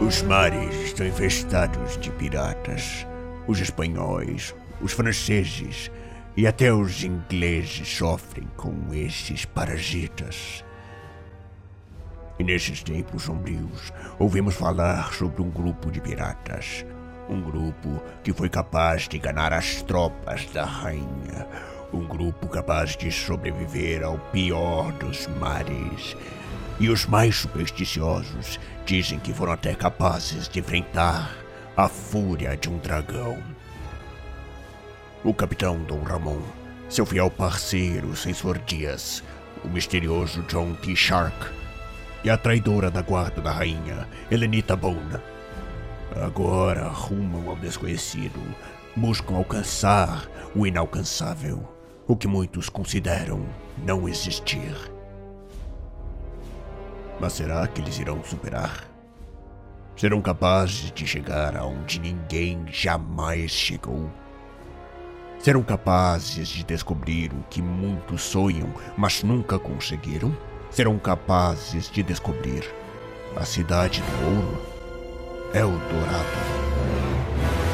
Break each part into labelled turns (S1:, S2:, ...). S1: Os mares estão infestados de piratas. Os espanhóis, os franceses e até os ingleses sofrem com esses parasitas. E nesses tempos sombrios, ouvimos falar sobre um grupo de piratas. Um grupo que foi capaz de enganar as tropas da rainha. Um grupo capaz de sobreviver ao pior dos mares. E os mais supersticiosos dizem que foram até capazes de enfrentar a fúria de um dragão. O capitão Dom Ramon, seu fiel parceiro Sensor Dias, o misterioso John T. Shark e a traidora da guarda da rainha, Helenita Bona. Agora rumam ao desconhecido, buscam alcançar o inalcançável, o que muitos consideram não existir. Mas será que eles irão superar? Serão capazes de chegar aonde ninguém jamais chegou? Serão capazes de descobrir o que muitos sonham, mas nunca conseguiram? Serão capazes de descobrir a cidade do ouro? É Eldorado.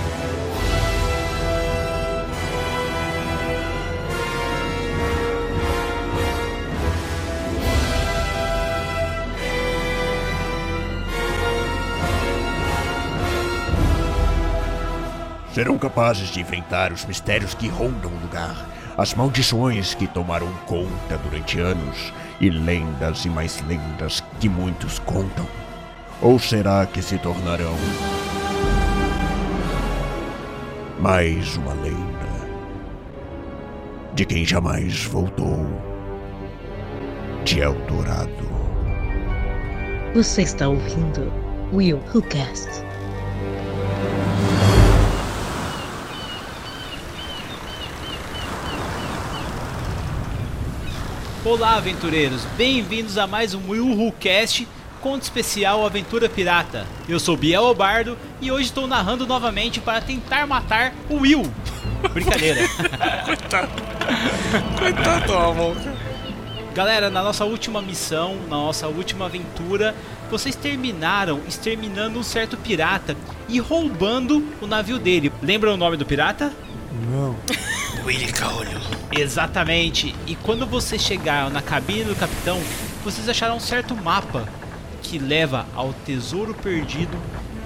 S1: Serão capazes de enfrentar os mistérios que rondam o lugar, as maldições que tomaram conta durante anos e lendas e mais lendas que muitos contam. Ou será que se tornarão mais uma lenda de quem jamais voltou de Eldorado?
S2: Você está ouvindo Will Who Cast.
S3: Olá, aventureiros! Bem-vindos a mais um Will Who Cast, conto especial Aventura Pirata. Eu sou Biel Obardo e hoje estou narrando novamente para tentar matar o Will. Brincadeira.
S4: Coitado do Ramon.
S3: Galera, na nossa última missão, na nossa última aventura, vocês terminaram exterminando um certo pirata e roubando o navio dele. Lembra o nome do pirata?
S4: Willy Caolho.
S3: Exatamente. E quando vocês chegaram na cabine do capitão, vocês acharam um certo mapa que leva ao tesouro perdido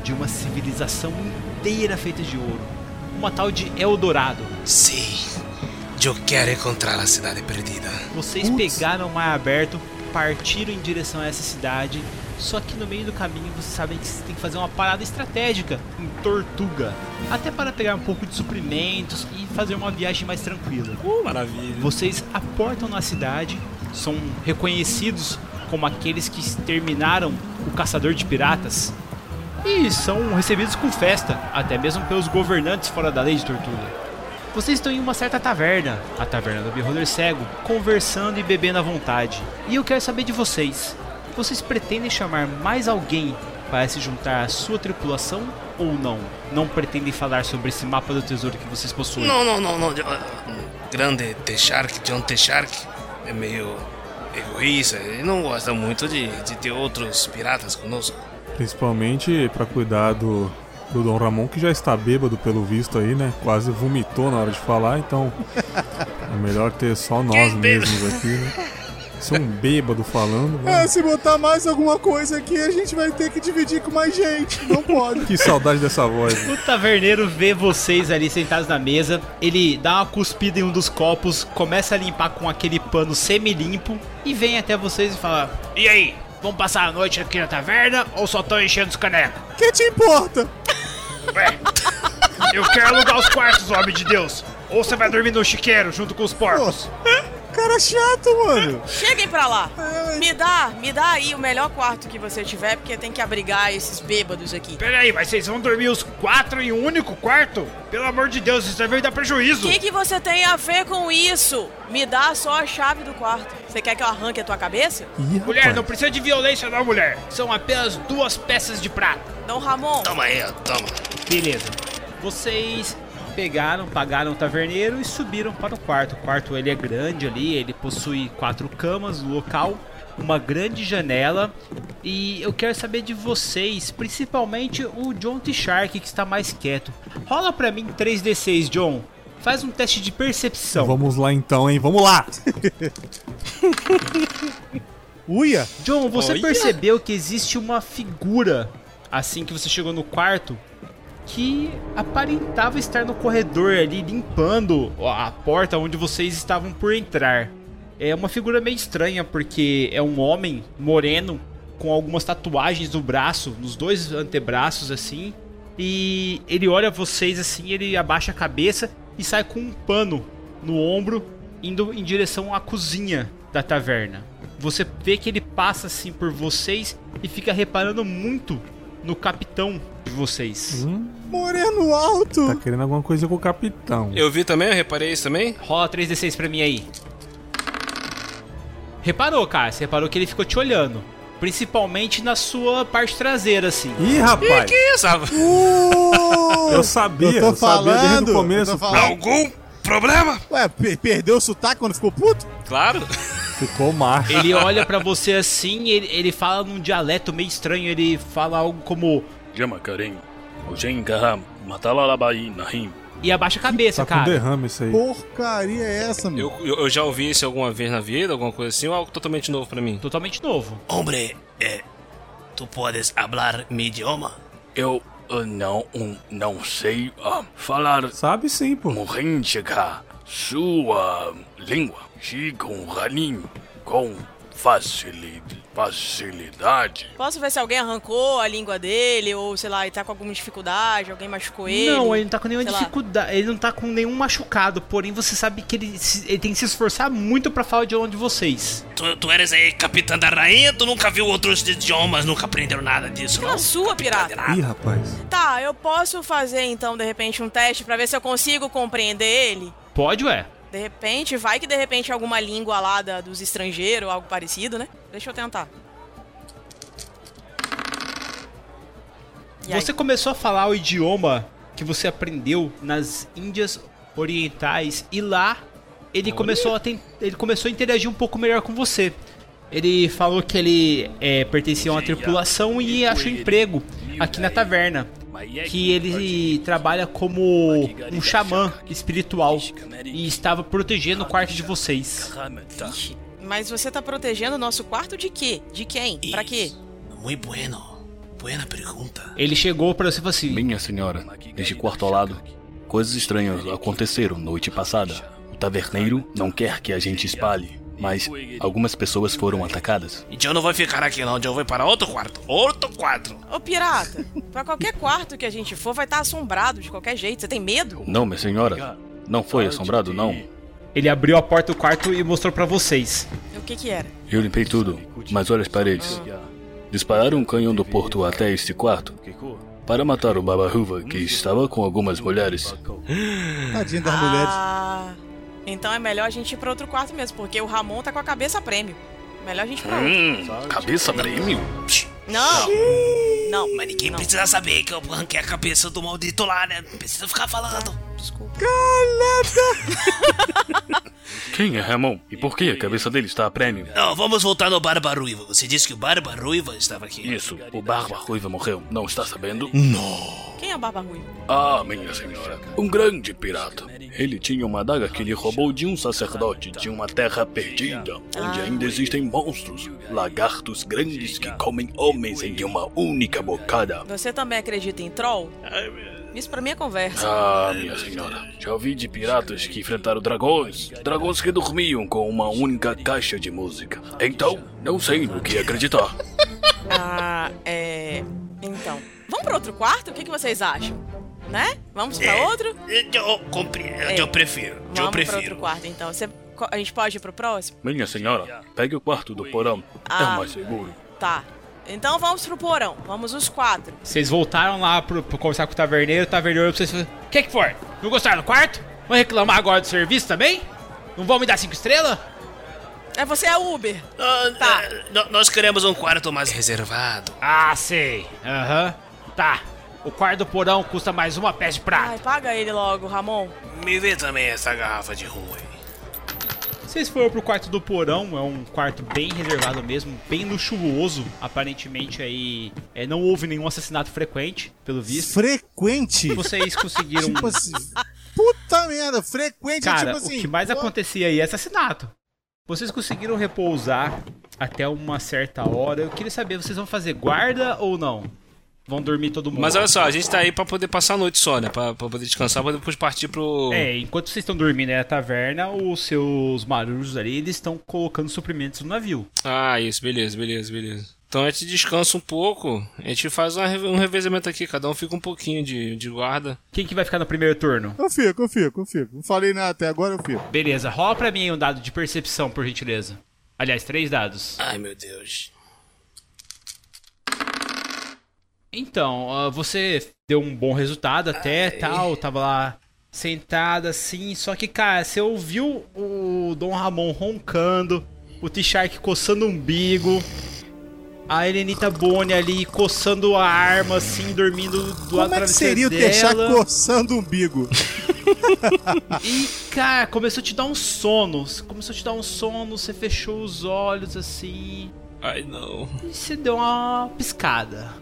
S3: de uma civilização inteira feita de ouro. Uma tal de Eldorado.
S4: Sim, eu quero encontrar a cidade perdida.
S3: Vocês pegaram o mar aberto, partiram em direção a essa cidade. Só que no meio do caminho vocês sabem que vocês têm que fazer uma parada estratégica em Tortuga. Até para pegar um pouco de suprimentos e fazer uma viagem mais tranquila.
S4: Uh, maravilha.
S3: Vocês aportam na cidade, são reconhecidos como aqueles que exterminaram o caçador de piratas e são recebidos com festa, até mesmo pelos governantes fora da lei de tortura. Vocês estão em uma certa taverna, a taverna do Beholder Cego, conversando e bebendo à vontade. E eu quero saber de vocês: vocês pretendem chamar mais alguém para se juntar à sua tripulação ou não? Não pretendem falar sobre esse mapa do tesouro que vocês possuem?
S4: Não, não, não, não. eu- eu- Grande T Shark, John T Shark, é meio egoísta. Ele não gosta muito de, de ter outros piratas conosco.
S5: Principalmente pra cuidar do, do Dom Ramon, que já está bêbado pelo visto aí, né? Quase vomitou na hora de falar, então é melhor ter só nós
S4: Que bêbado.
S5: mesmos aqui, né? Se um bêbado falando, né?
S6: É,
S5: mano,
S6: se botar mais alguma coisa aqui, a gente vai ter que dividir com mais gente. Não pode.
S5: que saudade dessa voz. né?
S3: O taverneiro vê vocês ali sentados na mesa, ele dá uma cuspida em um dos copos, começa a limpar com aquele pano semi-limpo e vem até vocês e fala: E aí, vamos passar a noite aqui na taverna ou só estão enchendo os canecos?
S6: que te importa?
S3: Eu quero alugar os quartos, homem de Deus! Ou você vai dormir no chiqueiro junto com os porcos?
S6: Cara chato, mano.
S7: Cheguem pra lá. Me dá, me dá aí o melhor quarto que você tiver, porque tem que abrigar esses bêbados aqui.
S3: Peraí, mas vocês vão dormir os quatro em um único quarto? Pelo amor de Deus, isso vai dar
S7: O
S3: prejuízo!
S7: que, que você tem a ver com isso? Me dá só a chave do quarto. Você quer que eu arranque a tua cabeça?
S5: Ih,
S3: Mulher, não
S5: rapaz,
S3: precisa de violência, não, mulher! São apenas duas peças de prata.
S7: Dom Ramon,
S4: Toma aí, ó, toma.
S3: Beleza. Vocês pegaram, pagaram o taverneiro e subiram para o quarto. O quarto ele é um grande ali, ele possui quatro camas no local, uma grande janela E eu quero saber de vocês, principalmente o John T. Shark, que está mais quieto. Rola pra mim 3D6, John. Faz um teste de percepção.
S5: Vamos lá então, hein? Vamos lá!
S6: Uia!
S3: John, você
S4: Olha.
S3: percebeu que existe uma figura assim que você chegou no quarto que aparentava estar no corredor ali limpando a porta onde vocês estavam por entrar. É uma figura meio estranha porque é um homem moreno com algumas tatuagens no braço, nos dois antebraços assim, e ele olha vocês assim, ele abaixa a cabeça e sai com um pano no ombro indo em direção à cozinha da taverna. Você vê que ele passa assim por vocês e fica reparando muito no capitão de vocês.
S6: Moreno alto!
S5: Hum? Tá querendo alguma coisa com o capitão.
S4: Eu vi também, eu reparei isso também.
S3: Rola 3d6 pra mim aí. Reparou, cara? Você reparou que ele ficou te olhando. Principalmente na sua parte traseira, assim.
S5: Ih,
S4: Ih,
S5: rapaz!
S4: que é isso, rapaz?
S5: Eu sabia,
S6: Eu
S5: eu,
S6: tô
S5: sabia
S6: falando,
S5: desde
S6: eu
S5: o
S6: tô
S5: começo.
S6: falando.
S4: Algum problema?
S6: Ué, per- perdeu o sotaque quando ficou puto?
S4: Claro.
S5: Ficou macho.
S3: Ele olha pra você assim, ele, ele fala num dialeto meio estranho, ele fala algo como.
S8: Jamakarim, Ojenga, Matalalabai, Nahim.
S3: E abaixa a cabeça,
S5: Tá com
S3: cara.
S5: derrame isso aí.
S6: Porcaria é essa, meu?
S4: Eu, eu, eu já ouvi isso alguma vez na vida, alguma coisa assim, ou algo totalmente novo pra mim.
S3: Totalmente novo.
S4: Hombre, é, tu podes falar meu idioma?
S8: Eu ah, não, um, não sei ah, falar
S5: Sabe sim, pô.
S8: Mohenchika, sua língua. Chikun Hanim, com facili- facilidade.
S7: Posso ver se alguém arrancou a língua dele, ou sei lá, ele tá com alguma dificuldade, alguém machucou ele?
S3: Não, ele não tá com nenhuma
S7: sei lá.
S3: dificuldade, ele não tá com nenhum machucado, porém você sabe que ele, se- ele tem que se esforçar muito pra falar o idioma de vocês.
S4: Tu, tu eres aí capitã da rainha, tu nunca viu outros idiomas, nunca aprendeu nada disso,
S7: Aquela sua, pirata.
S6: Ah.
S5: Ih, rapaz.
S7: Tá, eu posso fazer então, de repente, um teste pra ver se eu consigo compreender ele?
S3: Pode, ué.
S7: De repente, vai que de repente alguma língua lá da- dos estrangeiros, algo parecido, né? Deixa eu tentar. E aí?
S3: Você começou a falar o idioma que você aprendeu nas Índias Orientais e lá ele começou a ten- ele começou a interagir um pouco melhor com você. Ele falou que ele é, pertencia a uma tripulação e achou emprego aqui na taverna. Que ele trabalha como um xamã espiritual e estava protegendo o quarto de vocês.
S7: Mas você tá protegendo o nosso quarto de quê? De quem? Pra quê?
S4: Muito bueno. Buena pergunta.
S3: Ele chegou pra você e falou assim:
S8: Minha senhora, neste quarto ao lado, coisas estranhas aconteceram noite passada. O taverneiro não quer que a gente espalhe, mas algumas pessoas foram atacadas.
S4: E eu não vou ficar aqui não, eu vou para outro quarto. Outro quarto.
S7: Ô pirata, pra qualquer quarto que a gente for, vai estar assombrado de qualquer jeito. Você tem medo?
S8: Não, minha senhora, não foi assombrado, não.
S3: Ele abriu a porta do quarto e mostrou pra vocês.
S7: O que que era?
S8: Eu limpei tudo, mas olha as paredes. Dispararam um canhão do porto até este quarto para matar o Baba-Ruva que estava com algumas mulheres.
S6: Tadinha das mulheres.
S7: Ah, então é melhor a gente ir pra outro quarto mesmo, porque o Ramon tá com a cabeça a prêmio. Melhor a gente ir pra outro.
S8: Hum, cabeça prêmio?
S7: Não! Não,
S4: Mas ninguém precisa saber que eu arranquei a cabeça do maldito lá, né? Não precisa ficar falando.
S8: Quem é Ramon? E por que a cabeça dele está a prêmio?
S4: Não, vamos voltar no Barba Ruiva. Você disse que o Barba Ruiva estava aqui.
S8: Isso, o Barba Ruiva morreu. Não está sabendo?
S7: Quem é a Barba Ruiva?
S8: Ah, minha senhora, um grande pirata. Ele tinha uma adaga que ele roubou de um sacerdote de uma terra perdida, onde ainda existem monstros, lagartos grandes que comem homens em uma única bocada.
S7: Você também acredita em troll? Isso pra mim é conversa.
S8: Ah, minha senhora, já ouvi de piratas que enfrentaram dragões, dragões que dormiam com uma única caixa de música. Então, não sei no que acreditar.
S7: Ah, é. Então. Vamos pra outro quarto? O que, que vocês acham? Né? Vamos pra outro?
S4: É. Eu compreendo. É, Eu prefiro. Eu
S7: Vamos pra outro
S4: prefiro.
S7: quarto, então. Você- co- A gente pode ir pro próximo?
S8: Minha senhora, pegue o quarto do porão, é
S7: Ah.
S8: mais seguro.
S7: Tá. Então vamos pro porão. Vamos os quatro.
S3: Vocês voltaram lá pro, pra conversar com o taverneiro, o taverneiro pra vocês falou, O que que foi? Não gostaram do quarto? Vão reclamar agora do serviço também? Não vão me dar cinco estrelas?
S7: É, você é Uber.
S4: Ah,
S7: Tá.
S4: ah, nó- Nós queremos um quarto mais reservado.
S3: Ah, sei. Aham. Tá. O quarto do porão custa mais uma peça de
S4: Ah.
S3: prata.
S7: Ai, paga ele logo, Ramon.
S4: Me vê também essa garrafa de rua. aí.
S3: Você Vocês foram pro quarto do porão, é um quarto bem reservado mesmo, bem luxuoso. Aparentemente aí é, não houve nenhum assassinato frequente, pelo visto.
S6: Frequente?
S3: Vocês conseguiram.
S6: Tipo assim. Puta merda, frequente
S3: Cara,
S6: é tipo assim.
S3: o que mais
S6: pô,
S3: acontecia aí é assassinato. Vocês conseguiram repousar até uma certa hora. Eu queria saber, vocês vão fazer guarda ou não? Vão dormir todo mundo?
S4: Mas olha só, a gente tá aí pra poder passar a noite só, né? Pra, pra poder descansar, pra depois partir pro.
S3: É, enquanto vocês estão dormindo aí na taverna, os seus marujos ali, eles estão colocando suprimentos no navio.
S4: Ah, isso, beleza, beleza, beleza. Então a gente descansa um pouco, a gente faz uma reve- um revezamento aqui, cada um fica um pouquinho de, de guarda.
S3: Quem que vai ficar no primeiro turno?
S6: Eu fico, eu fico, eu fico. Não falei nada até agora, eu fico.
S3: Beleza, rola pra mim aí um dado de percepção, por gentileza. Aliás, três dados.
S4: Ai meu Deus.
S3: Então, ah, você deu um bom resultado até tal, tava lá sentada assim, só que, cara, você ouviu o Dom Ramon roncando, o T-Shark coçando o umbigo, a Helenita Boni ali coçando a arma, assim, dormindo do lado
S6: Como é que seria o Teixar coçando o umbigo?
S3: E, cara, começou a te dar um sono. Começou a te dar um sono, você fechou os olhos assim.
S4: Ai não.
S3: E você deu uma piscada.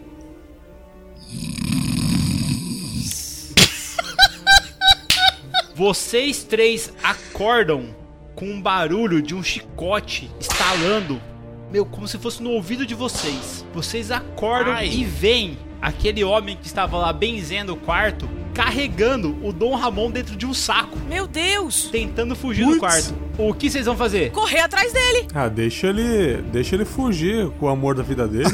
S3: Vocês três acordam com um barulho de um chicote estalando. Meu, como se fosse no ouvido de vocês. Vocês acordam
S4: Ai.
S3: e veem aquele homem que estava lá benzendo o quarto carregando o Dom Ramon dentro de um saco,
S7: Meu Deus!
S3: tentando fugir do
S6: Putz.
S3: quarto. O que vocês vão fazer?
S7: Correr atrás dele!
S5: Ah, deixa ele, deixa ele fugir com o amor da vida dele.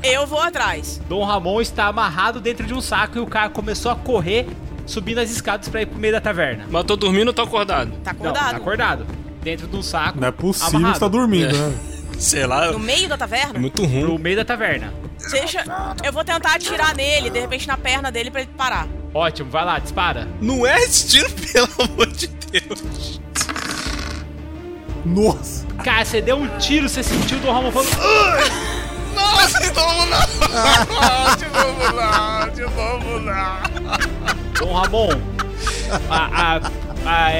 S7: Eu vou atrás.
S3: Dom Ramon está amarrado dentro de um saco e o cara começou a correr, subindo as escadas para ir pro meio da taverna.
S4: Mas eu tô dormindo ou tô acordado?
S7: Tá
S3: Não, tá
S7: acordado?
S3: acordado. Dentro de um saco.
S5: Não é possível que
S3: amarrado,
S5: você tá
S4: É.
S5: dormindo, né?
S4: Sei lá,
S7: No meio da
S6: É.
S5: É
S7: taverna?
S4: muito ruim.
S3: Pro meio da taverna.
S7: Deixa. Eu vou tentar atirar nele, de repente na perna dele pra ele parar.
S3: Ótimo, vai lá, dispara.
S4: Não é esse tiro, pelo amor de Deus.
S6: Nossa!
S3: Cara, você deu um tiro, você sentiu o Dom Ramon falando. "Ah!"
S4: Nossa, de novo não. De novo
S9: Ah.
S4: não, de novo não.
S3: "Ah!" Dom Ramon. A, a,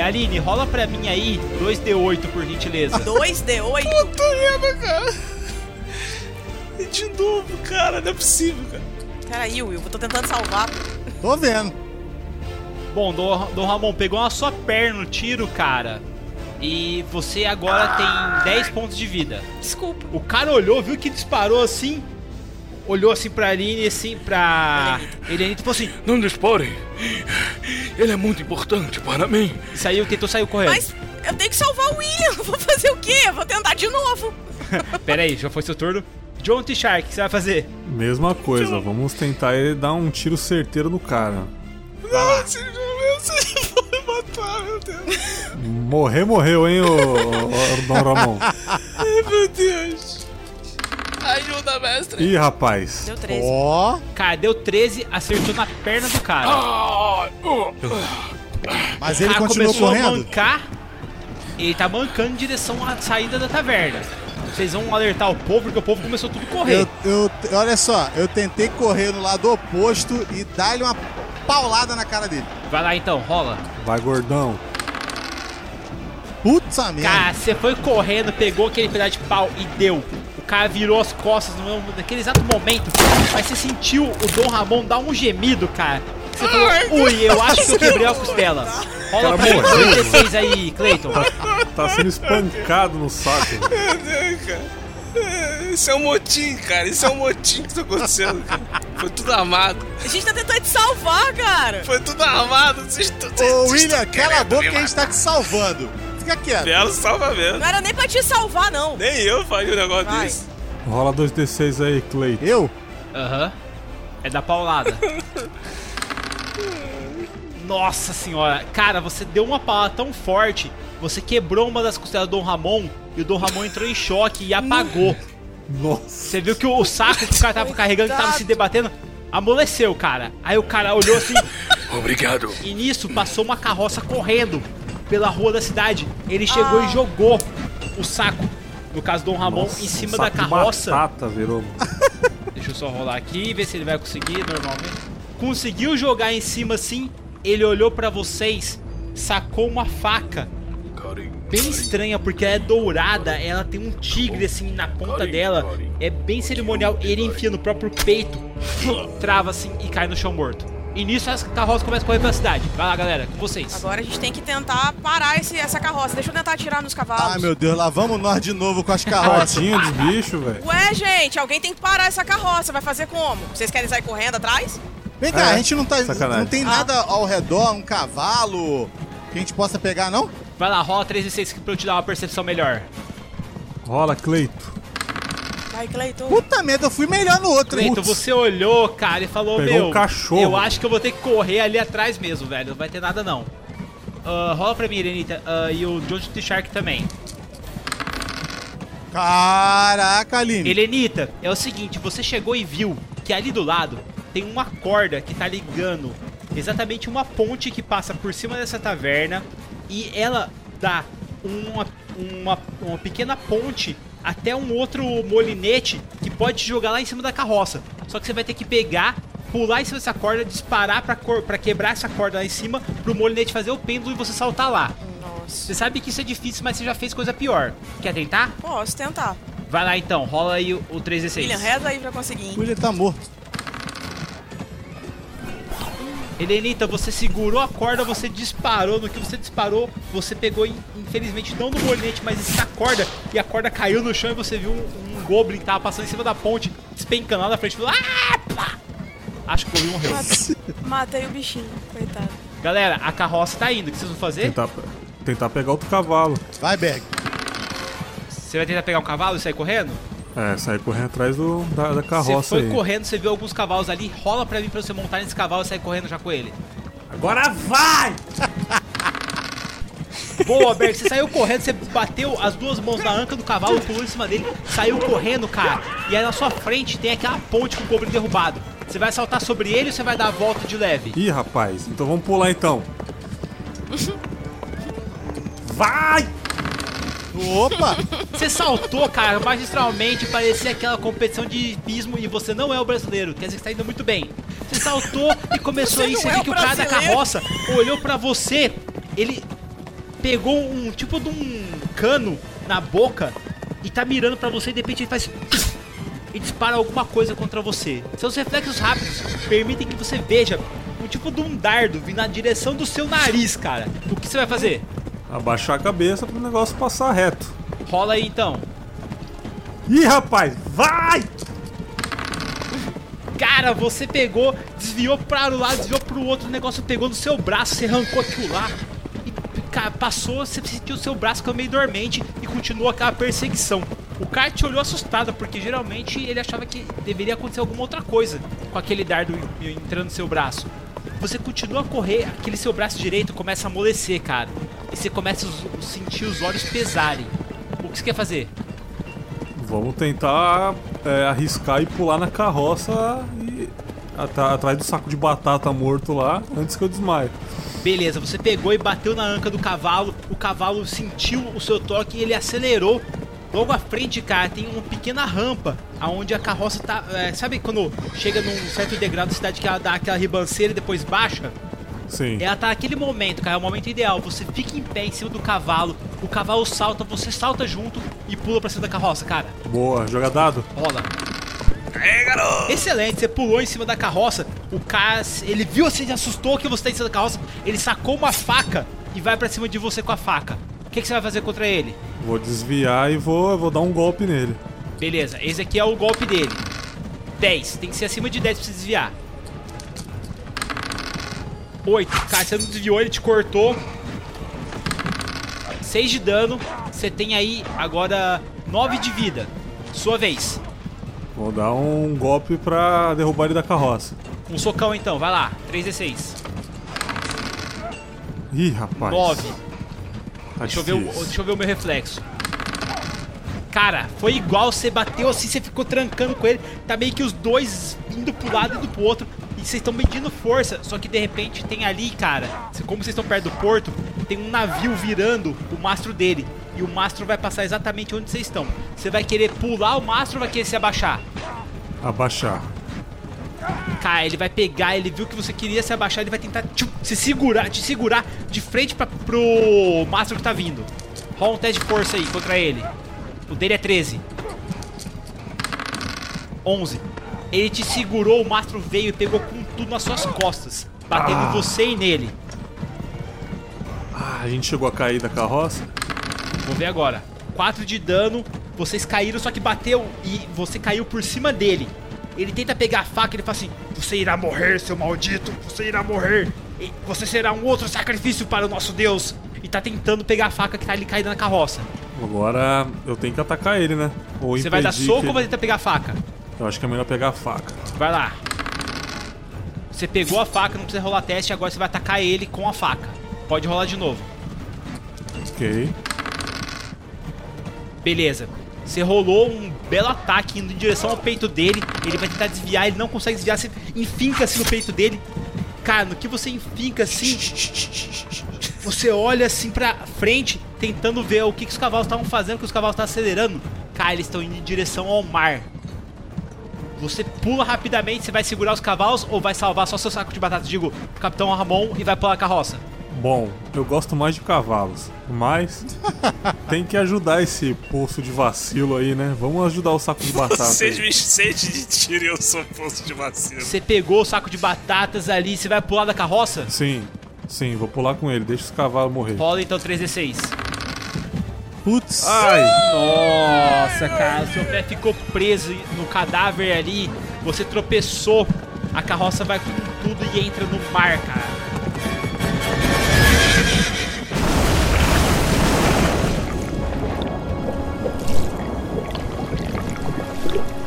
S3: a Aline, rola pra mim aí 2D8, por gentileza.
S7: 2D8?
S4: Tô vendo, cara. E De novo, cara, não é possível, cara.
S7: Peraí, Will, eu tô tentando salvar.
S6: Tô vendo.
S3: Bom, Dom, Dom Ramon, pegou na sua perna o tiro, cara. E você agora tem 10 pontos de vida.
S7: Desculpa.
S3: O cara olhou, viu que disparou assim. Olhou assim pra Aline, assim, pra. Elenita e falou assim:
S8: Não dispare. Ele é muito importante para mim.
S3: saiu, tentou sair correndo.
S7: Mas eu tenho que salvar o William. Vou fazer o quê? Eu vou tentar de novo.
S3: Pera aí, já foi seu turno. John T. Shark, o que você vai fazer?
S5: Mesma coisa, vamos tentar ele dar um tiro certeiro no cara.
S4: Nossa, vocês vão me matar, meu Deus.
S5: Morrer, morreu, hein, ô, ô, ô, Dom Ramon.
S4: Meu Deus. Ajuda, mestre.
S5: Ih, rapaz.
S7: Deu 13.
S6: Ó,
S3: Cara, deu 13, acertou na perna do cara.
S6: mas
S3: o
S6: Ah! ele
S3: cara Ah,
S6: continuou
S3: começou a
S6: correndo?
S3: mancar. Ele tá mancando em direção à saída da taverna. Vocês vão alertar o povo, porque o povo começou tudo a correr.
S6: Eu, eu- olha só, eu tentei correr no lado oposto e dar-lhe uma paulada na cara dele.
S3: Vai lá então, rola.
S5: Vai, gordão.
S6: Puta merda.
S3: Cara, você foi correndo, pegou aquele pedaço de pau e deu. O cara virou as costas no mesmo- naquele exato momento. Mas você sentiu o Dom Ramon dar um gemido, cara. Você falou, ui, eu acho que eu quebrei a costela. Rola
S5: Cara,
S3: pra mim
S5: morreu.
S3: 16 aí, Cleiton.
S5: Tá sendo espancado no saco.
S4: Isso é um motim, cara. Isso é um motim que tá acontecendo, cara. Foi tudo armado.
S7: A gente tá tentando te salvar, cara.
S4: Foi tudo armado. Vocês
S6: Ô, William, cala a boca que a gente tá te salvando. Fica quieto.
S4: Belo salvamento.
S7: Não era nem pra te salvar, não.
S4: Nem eu faria um negócio
S7: Vai.
S4: desse.
S5: Rola 2d6 aí, Clay.
S6: Eu?
S3: Aham. É da paulada. Nossa senhora, cara, você deu uma paulada tão forte, você quebrou uma das costelas do Dom Ramon e o Dom Ramon entrou em choque e apagou.
S5: Nossa.
S3: Você viu que o saco que o cara tava carregando, que tava se debatendo, amoleceu, cara. Aí o cara olhou assim,
S8: Obrigado.
S3: e nisso passou uma carroça correndo pela rua da cidade. Ele chegou e jogou o saco, no caso Dom Ramon, em cima da
S5: um saco de
S3: carroça.
S5: Batata virou.
S3: Deixa eu só rolar aqui e ver se ele vai conseguir normalmente. Conseguiu jogar em cima assim, ele olhou pra vocês, sacou uma faca bem estranha, porque ela é dourada, ela tem um tigre assim na ponta dela, é bem cerimonial, ele enfia no próprio peito, trava assim e cai no chão morto. E nisso as carroças começam a correr pela cidade. Vai lá, galera, com vocês.
S7: Agora a gente tem que tentar parar esse, essa carroça. Deixa eu tentar atirar nos cavalos.
S6: Ai, meu Deus, lá vamos nós de novo com as carroças.
S5: Tadinho dos bichos, velho.
S7: Ué, gente, alguém tem que parar essa carroça. Vai fazer como? Vocês querem sair correndo atrás?
S6: Vem cá,
S5: É,
S6: a gente não, tá,
S5: sacanagem.
S6: não tem nada ao redor, um cavalo que a gente possa pegar, não?
S3: Vai lá, rola 3 e 6 pra eu te dar uma percepção melhor.
S5: Rola, Cleito.
S7: Vai, Cleiton.
S6: Puta merda, eu fui melhor no outro, hein?
S3: Cleiton, você olhou, cara, e falou,
S5: Pegou
S3: meu,
S5: um cachorro.
S3: eu acho que eu vou ter que correr ali atrás mesmo, velho. Não vai ter nada, não. Ah, rola pra mim, Irenita, ah, e o Jojo the Shark também.
S6: Caraca, Aline.
S3: Helenita, é o seguinte, você chegou e viu que ali do lado tem uma corda que tá ligando exatamente uma ponte que passa por cima dessa taverna e ela dá uma, uma, uma pequena ponte até um outro molinete que pode te jogar lá em cima da carroça. Só que você vai ter que pegar, pular em cima dessa corda, disparar pra, cor, pra quebrar essa corda lá em cima, pro molinete fazer o pêndulo e você saltar lá.
S7: Nossa.
S3: Você sabe que isso é difícil, mas você já fez coisa pior. Quer tentar?
S7: Posso tentar.
S3: Vai lá então, rola aí o, o 3D6.
S7: William, reza aí pra conseguir. hein?
S6: O William tá morto.
S3: Helenita, você segurou a corda, você disparou. No que você disparou, você pegou, in- infelizmente, não no bolinete, mas sim na corda. E a corda caiu no chão e você viu um, um goblin que tava passando em cima da ponte, despencando lá na frente. Falou, ah, pá! Acho que o goblin morreu.
S7: Mate- Matei o bichinho, coitado.
S3: Galera, a carroça tá indo. O que vocês vão fazer?
S5: Tentar, tentar pegar outro cavalo.
S6: Vai, Berg.
S3: Você vai tentar pegar um cavalo e sair correndo?
S5: É, sair correndo atrás do, da, da
S3: você
S5: carroça
S3: foi
S5: aí.
S3: correndo, você viu alguns cavalos ali. Rola pra mim pra você montar nesse cavalo e sair correndo já com ele.
S5: Agora vai!
S3: Boa, Berg, você saiu correndo, você bateu as duas mãos na anca do cavalo, pulou em cima dele, saiu correndo, cara. E aí na sua frente tem aquela ponte com o cobre derrubado. Você vai saltar sobre ele ou você vai dar a volta de leve?
S5: Ih, rapaz, então vamos pular então. Vai!
S6: Opa!
S3: Você saltou, cara, magistralmente, parecia aquela competição de hipismo e você não é o brasileiro, quer dizer que você tá indo muito bem. Você saltou e começou
S7: Você
S3: aí,
S7: não
S3: você
S7: é
S3: viu
S7: o
S3: que o cara da
S7: brasileiro.
S3: carroça olhou pra você, ele pegou um tipo de um cano na boca e tá mirando pra você e de repente ele faz e dispara alguma coisa contra você. Seus reflexos rápidos permitem que você veja um tipo de um dardo vindo na direção do seu nariz, cara. O que você vai fazer?
S5: Abaixar a cabeça pro negócio passar reto.
S3: Rola aí então.
S5: Ih, rapaz, vai!
S3: Cara, você pegou, desviou para um lado, desviou para o outro, o negócio pegou no seu braço, você arrancou aquilo lá. E ca- passou, você sentiu o seu braço ficando meio dormente e continuou aquela perseguição. O cara te olhou assustado, porque geralmente ele achava que deveria acontecer alguma outra coisa com aquele dardo en- entrando no seu braço. Você continua a correr, aquele seu braço direito começa a amolecer, cara. E você começa a os- sentir os olhos pesarem. O que você quer fazer?
S5: Vamos tentar é, arriscar e pular na carroça e atra- atrás do saco de batata morto lá antes que eu desmaie.
S3: Beleza, você pegou e bateu na anca do cavalo, o cavalo sentiu o seu toque e ele acelerou. Logo à frente, cara, tem uma pequena rampa aonde a carroça tá. é, sabe quando chega num certo degrau da cidade que ela dá aquela ribanceira e depois baixa?
S5: Sim.
S3: Ela tá naquele momento, cara, é o momento ideal. Você fica em pé em cima do cavalo, o cavalo salta, você salta junto e pula pra cima da carroça, cara.
S5: Boa, joga dado?
S3: Rola. Excelente, você pulou em cima da carroça. O cara, ele viu assim, se assustou que você tá em cima da carroça. Ele sacou uma faca e vai pra cima de você com a faca. O que, que você vai fazer contra ele?
S5: Vou desviar e vou, vou dar um golpe nele.
S3: Beleza, esse aqui é o golpe dele. 10, tem que ser acima de 10 pra você desviar. 8, cara, você não desviou, ele te cortou. 6 de dano, você tem aí agora 9 de vida. Sua vez.
S5: Vou dar um golpe pra derrubar ele da carroça.
S3: Um socão então, vai lá. 3d6.
S5: Ih, rapaz.
S3: 9.
S5: Tá
S3: Deixa eu, ver o,
S5: difícil.
S3: deixa eu ver o meu reflexo. Cara, foi igual, você bateu assim, você ficou trancando com ele, tá meio que os dois indo pro lado e indo pro outro, e vocês estão medindo força, só que de repente tem ali, cara, cê- como vocês estão perto do porto, tem um navio virando o mastro dele, e o mastro vai passar exatamente onde vocês estão. Você vai querer pular o mastro ou vai querer se abaixar?
S5: Abaixar.
S3: atacar, ele vai pegar, ele viu que você queria se abaixar, ele vai tentar tchum, se segurar, te segurar de frente pra, pro mastro que tá vindo. Rola um teste de força aí contra ele. O dele é 13. 11. Ele te segurou, o mastro veio e pegou com tudo nas suas costas, batendo em você e nele.
S5: Ah, a gente chegou a cair da carroça.
S3: Vou ver agora. 4 de dano, vocês caíram, só que bateu e você caiu por cima dele. Ele tenta pegar a faca, ele fala assim: Você irá morrer, seu maldito, você irá morrer. E Você será um outro sacrifício para o nosso Deus. E tá tentando pegar a faca que tá ali caída na carroça.
S5: Agora eu tenho que atacar ele, né? Ou
S3: Você vai dar
S5: impedir
S3: soco
S5: que
S3: ou vai
S5: ele-
S3: tentar pegar a faca?
S5: Eu acho que é melhor pegar a faca.
S3: Vai lá. Você pegou a faca, não precisa rolar teste, agora você vai atacar ele com a faca. Pode rolar de novo.
S5: Ok.
S3: Beleza. Você rolou um belo ataque indo em direção ao peito dele. Ele vai tentar desviar, ele não consegue desviar. Você enfinca-se no peito dele. Cara, no que você enfinca assim. Você olha assim pra frente, tentando ver o que, que os cavalos estavam fazendo, o que os cavalos estavam acelerando. Cara, eles estão indo em direção ao mar. Você pula rapidamente, você vai segurar os cavalos ou vai salvar só seu saco de batata? Digo, o Capitão Ramon e vai pular a carroça.
S5: Bom, eu gosto mais de cavalos, mas tem que ajudar esse poço de vacilo aí, né? Vamos ajudar o saco de batata.
S4: Vocês
S5: aí.
S4: me sentem de tiro e eu sou poço de vacilo.
S3: Você pegou o saco de batatas ali, você vai pular da carroça?
S5: Sim, sim, vou pular com ele, deixa os cavalos morrer.
S3: Rola então 3d6.
S6: Putz.
S5: Ai,
S3: Nossa, cara, seu pé ficou preso no cadáver ali, você tropeçou, a carroça vai com tudo e entra no mar, cara.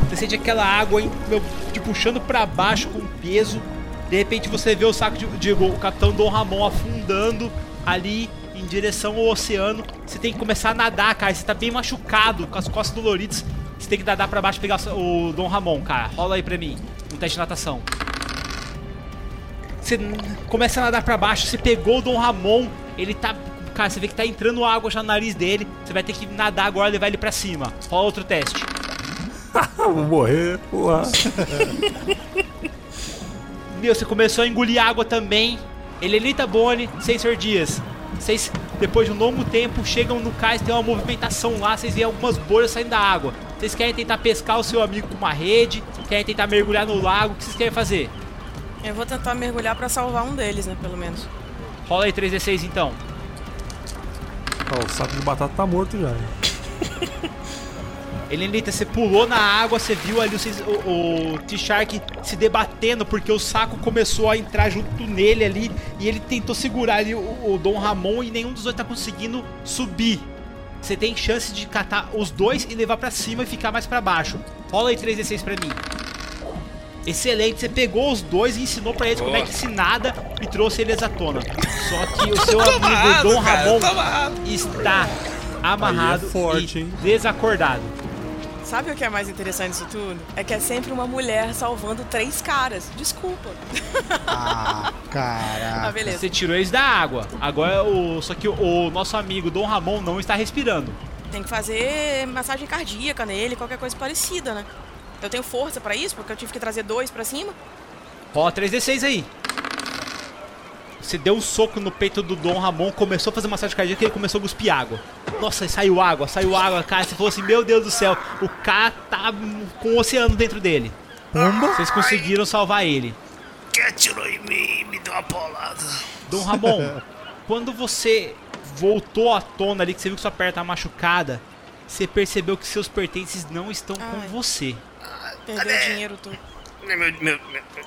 S3: Você sente aquela água hein, meu, te puxando pra baixo com peso. De repente você vê o saco de. Digo, o capitão Dom Ramon afundando ali em direção ao oceano. Você tem que começar a nadar, cara. Você tá bem machucado, com as costas doloridas. Você tem que nadar pra baixo e pegar o Dom Ramon, cara. Rola aí pra mim. Um teste de natação. Você n- começa a nadar pra baixo, você pegou o Dom Ramon, ele tá. Cara, você vê que tá entrando água já no nariz dele. Você vai ter que nadar agora e levar ele pra cima. Rola outro teste.
S5: eu vou morrer, porra.
S3: Meu, você começou a engolir água também. Helenita Boni, seis Dias. Vocês, depois de um longo tempo, chegam no cais, tem uma movimentação lá, vocês veem algumas bolhas saindo da água. Vocês querem tentar pescar o seu amigo com uma rede, querem tentar mergulhar no lago, o que vocês querem fazer?
S7: Eu vou tentar mergulhar pra salvar um deles, né? Pelo menos.
S3: Rola aí 3D6 então.
S5: Ó, o saco de batata tá morto já. hein?
S3: Helenita, você pulou na água, você viu ali vocês- o, o T-Shark se debatendo porque o saco começou a entrar junto nele ali e ele tentou segurar ali o, o Dom Ramon e nenhum dos dois tá conseguindo subir. Você tem chance de catar os dois e levar pra cima e ficar mais pra baixo. Rola aí 3D6 pra mim. Excelente, você pegou os dois e ensinou pra eles como é que se nada e trouxe eles à tona. Só que o seu amigo Dom Ramon está amarrado
S5: é forte,
S3: e
S5: hein?
S3: desacordado.
S7: Sabe o que é mais interessante disso tudo? É que é sempre uma mulher salvando três caras. Desculpa.
S6: Ah,
S7: Ah,
S6: caraca.
S7: beleza.
S3: Você tirou eles da água. Agora o. Só que o, o nosso amigo Dom Ramon não está respirando.
S7: Tem que fazer massagem cardíaca nele, qualquer coisa parecida, né? Eu tenho força pra isso, porque eu tive que trazer dois pra cima.
S3: Rola 3D6 aí. Você deu um soco no peito do Dom Ramon, começou a fazer massagem cardíaca e ele começou a cuspir água. Nossa, e saiu água, saiu água, cara. Você falou assim, meu Deus do céu, o cara tá com o oceano dentro dele. Vocês conseguiram salvar ele.
S4: Que atirou em mim e me deu uma paulada.
S3: Dom Ramon, quando você voltou à tona ali, que você viu que sua perna tá machucada, você percebeu que seus pertences não estão
S7: Ai.
S3: com você.
S7: Perdeu o dinheiro todo.
S4: Meu, meu- meu-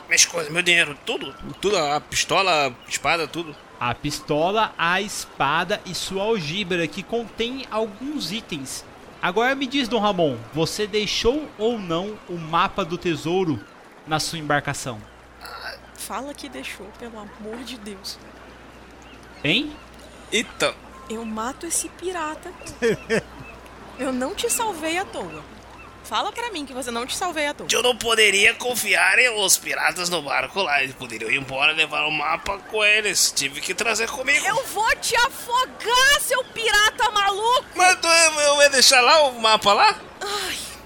S4: minhas coisas, meu dinheiro, tudo. Tudo, a pistola, a espada, tudo.
S3: A pistola, a espada e sua algíbera, que contém alguns itens. Agora me diz, Dom Ramon, você deixou ou não o mapa do tesouro na sua embarcação?
S7: Fala que deixou, pelo amor de Deus.
S3: Hein?
S4: Então,
S7: Eu mato esse pirata. eu não te salvei à toa. Fala pra mim que você não te salvei à toa.
S4: eu não poderia confiar em os piratas no barco lá. Eles poderiam ir embora e levar o mapa com eles. Tive que trazer comigo.
S7: Eu vou te afogar, seu pirata maluco!
S4: Mas tu é, eu ia deixar é lá o mapa lá?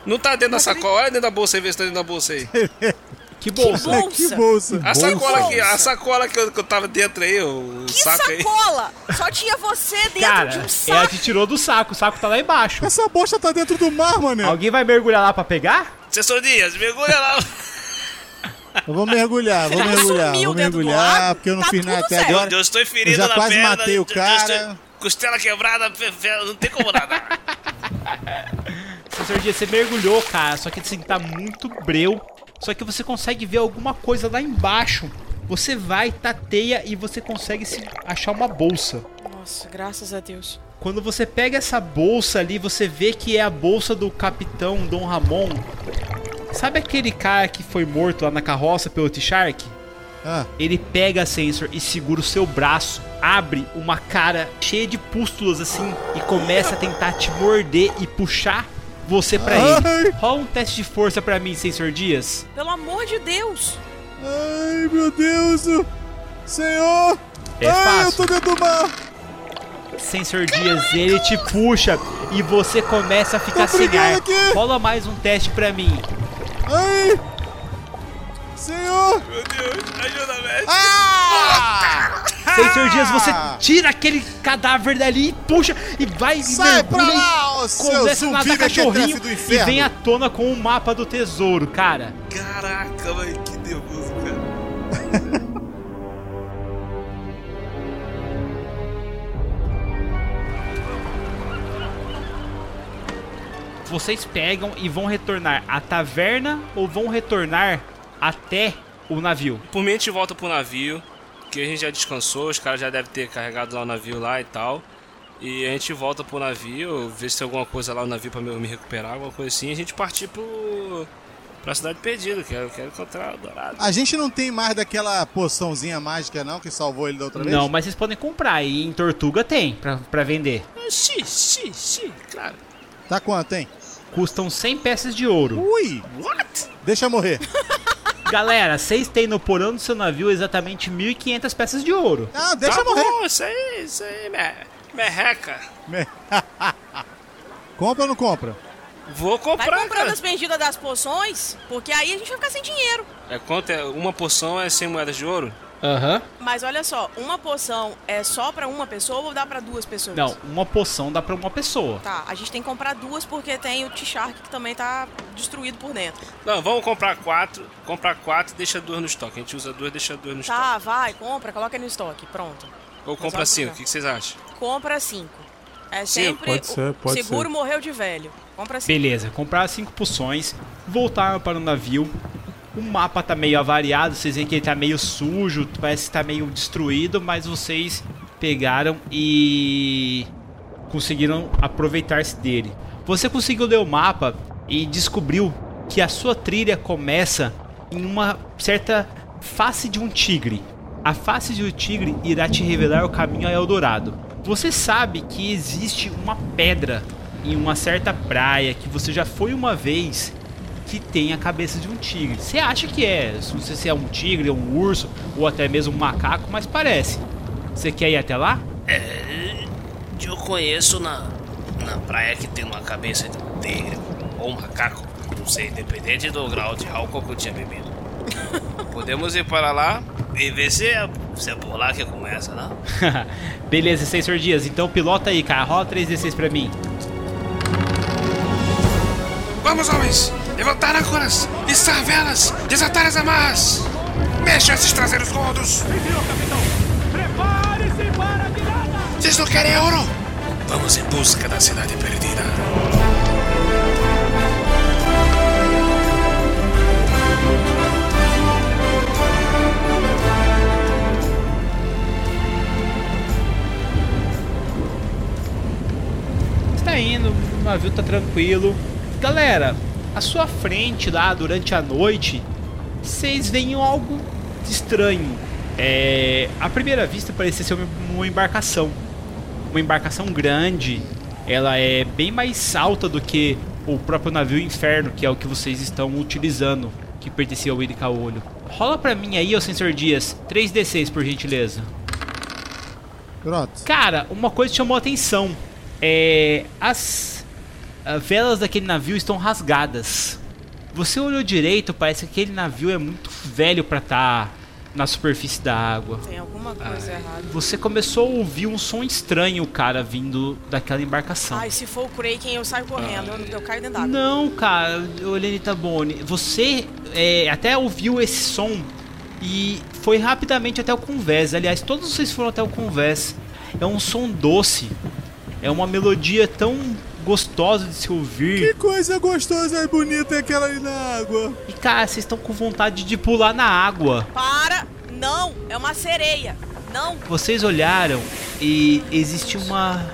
S4: Não tá dentro da sacola, olha dentro da bolsa aí, vê se tá dentro da bolsa aí.
S3: O Que bolsa.
S7: bolsa.
S6: que bolsa.
S4: A sacola, que, a
S7: Bolsa.
S4: sacola que, eu, que eu tava dentro aí, o
S7: Que
S4: saco aí.
S7: sacola! Só tinha você dentro
S3: Cara,
S7: de um
S3: é a
S7: saco.
S3: que tirou do saco. O saco tá lá embaixo.
S6: Essa bosta tá dentro do mar, mané.
S3: Alguém vai mergulhar lá pra pegar?
S4: Sessor Dias, mergulha lá.
S6: Eu vou mergulhar, vou
S7: Ela
S6: tá, mergulhar,
S7: sumiu
S6: vou
S7: dentro do
S6: mergulhar,
S7: lago,
S6: porque eu não
S7: tá
S6: fiz nada
S7: tudo
S6: até
S7: certo.
S6: agora.
S4: Eu estou ferido
S6: já
S4: na
S6: quase
S4: perna.
S6: matei o
S4: eu estou-
S6: cara.
S4: Costela quebrada, fe- fe- não tem como nada.
S3: Professor Dias, você mergulhou, cara. Só que assim, tá muito breu. Só que você consegue ver alguma coisa lá embaixo. Você vai, tateia e você consegue se achar uma bolsa.
S7: Nossa, graças a Deus.
S3: Quando você pega essa bolsa ali, você vê que é a bolsa do capitão Dom Ramon. Sabe aquele cara que foi morto lá na carroça pelo T-Shark?
S6: Ah,
S3: Ele pega a sensor e segura o seu braço, abre uma cara cheia de pústulas assim e começa a tentar te morder e puxar você pra ele. Rola um teste de força pra mim, sensor Dias.
S7: Pelo amor de Deus!
S6: ai, meu Deus, o- Senhor.
S3: É
S6: ai, eu
S3: fácil.
S6: tô dentro do mar.
S3: Sensor Dias, ele te puxa e você começa a ficar
S6: Tô
S3: sem ar.
S6: brigando aqui.
S3: Rola mais um teste pra mim.
S6: Ai, Senhor.
S4: Meu Deus, ajuda, velho.
S6: Ah!
S3: Sensor Dias, você tira aquele cadáver dali e puxa e vai e
S6: Sai pra
S3: mergulha e
S6: lá, ô seu
S3: começa a nadar
S6: zumbi mequetrefe
S3: cachorrinho
S6: do
S3: e vem à
S6: inferno.
S3: tona com o mapa do tesouro, cara.
S4: Caraca, velho, que nervoso, cara.
S3: Vocês pegam e vão retornar à taverna ou vão retornar até o navio?
S4: Por mim, a gente volta pro navio, que a gente já descansou, os caras já devem ter carregado lá o navio lá e tal. E a gente volta pro navio, ver se tem alguma coisa lá no navio pra eu me recuperar, alguma coisa assim, e a gente partir pro... pra Cidade Perdida, que eu quero encontrar o Dourado.
S6: A gente não tem mais daquela poçãozinha mágica, não, que salvou ele da outra vez?
S3: Não, mas vocês podem comprar e em Tortuga tem pra, pra vender.
S4: Xi, xi, xi, claro.
S6: Tá quanto, hein?
S3: Custam 100 peças de ouro.
S6: Ui!
S4: What?
S6: Deixa eu morrer.
S3: Galera, vocês têm no porão do seu navio exatamente 1.500 peças de ouro.
S6: Ah,
S4: tá
S6: deixa eu morrer.
S4: bom, isso aí, isso aí, me- merreca.
S6: Compra ou não compra?
S4: Vou
S7: Vai
S4: comprar,
S7: comprando
S4: cara.
S7: as perdidas das poções, porque aí a gente vai ficar sem dinheiro.
S4: É quanto é? Uma poção é 100 moedas de ouro?
S3: Aham.
S7: Mas olha só, uma poção é só pra uma pessoa ou dá pra duas pessoas?
S3: Não, uma poção dá pra uma pessoa.
S7: Tá, a gente tem que comprar duas porque tem o T-Shark que também tá destruído por dentro.
S4: Não, vamos comprar quatro. Comprar quatro e deixa duas no estoque. A gente usa duas, deixa duas no
S7: Tá, vai, compra, coloca no estoque, pronto.
S4: estoque. Ou
S7: Mas
S4: compra
S7: vamos
S4: cinco. O
S7: comprar.
S4: que que vocês acham?
S7: Compra cinco. É sempre.
S5: Pode ser, pode
S7: Seguro
S5: ser.
S7: morreu de velho. Compra cinco.
S3: Beleza, compraram cinco poções, voltaram para o navio. O mapa tá meio avariado, vocês veem que ele tá meio sujo, parece que tá meio destruído, mas vocês pegaram e conseguiram aproveitar-se dele. Você conseguiu ler o mapa e descobriu que a sua trilha começa em uma certa face de um tigre. A face do tigre irá te revelar o caminho a Eldorado. Você sabe que existe uma pedra em uma certa praia que você já foi uma vez que tem a cabeça de um tigre. Você acha que é, não sei se é um tigre, um urso ou até mesmo um macaco, mas parece. Você quer ir até lá?
S4: Eu conheço na, na praia que tem uma cabeça de um tigre ou um macaco. Não sei, dependente do grau de álcool que eu tinha bebido. Podemos ir para lá e ver se é, se é por lá que começa, né?
S3: Beleza, Sensor Dias, então pilota aí, cara. Rola 3D6 pra mim.
S4: Vamos, homens! Levantar âncoras! Içar velas! Desatar as amarras! Mexa esses traseiros gordos! Vocês não querem ouro? Vamos em busca da cidade perdida.
S3: Você tá indo, o navio tá tranquilo. Galera, à sua frente lá durante a noite, vocês veem algo estranho. É, à primeira vista parecia ser uma- uma embarcação. Uma embarcação grande. Ela é bem mais alta do que o próprio navio Inferno, que é o que vocês estão utilizando, que pertencia ao Irica Olho. Rola pra mim aí, ô Sensor Dias, 3D6 por gentileza.
S6: Pronto.
S3: Cara, uma coisa chamou a atenção. É. As ah, velas daquele navio estão rasgadas. Você olhou direito, parece que aquele navio é muito velho pra estar na superfície da água.
S7: Tem alguma coisa errada.
S3: Você começou a ouvir um som estranho, cara, vindo daquela embarcação.
S7: Ai, se for o Kraken, eu saio correndo. Eu, eu caio dentro d'água.
S3: Não, cara, Olene Tabone, você é, até ouviu esse som e foi rapidamente até o convés. Aliás, todos vocês foram até o convés. É um som doce, é uma melodia tão gostosa de se ouvir.
S6: coisa gostosa e bonita é aquela ali na água.
S3: E cara, vocês estão com vontade de pular na água.
S7: Para! Não! É uma sereia! Não!
S3: Vocês olharam e existe uma.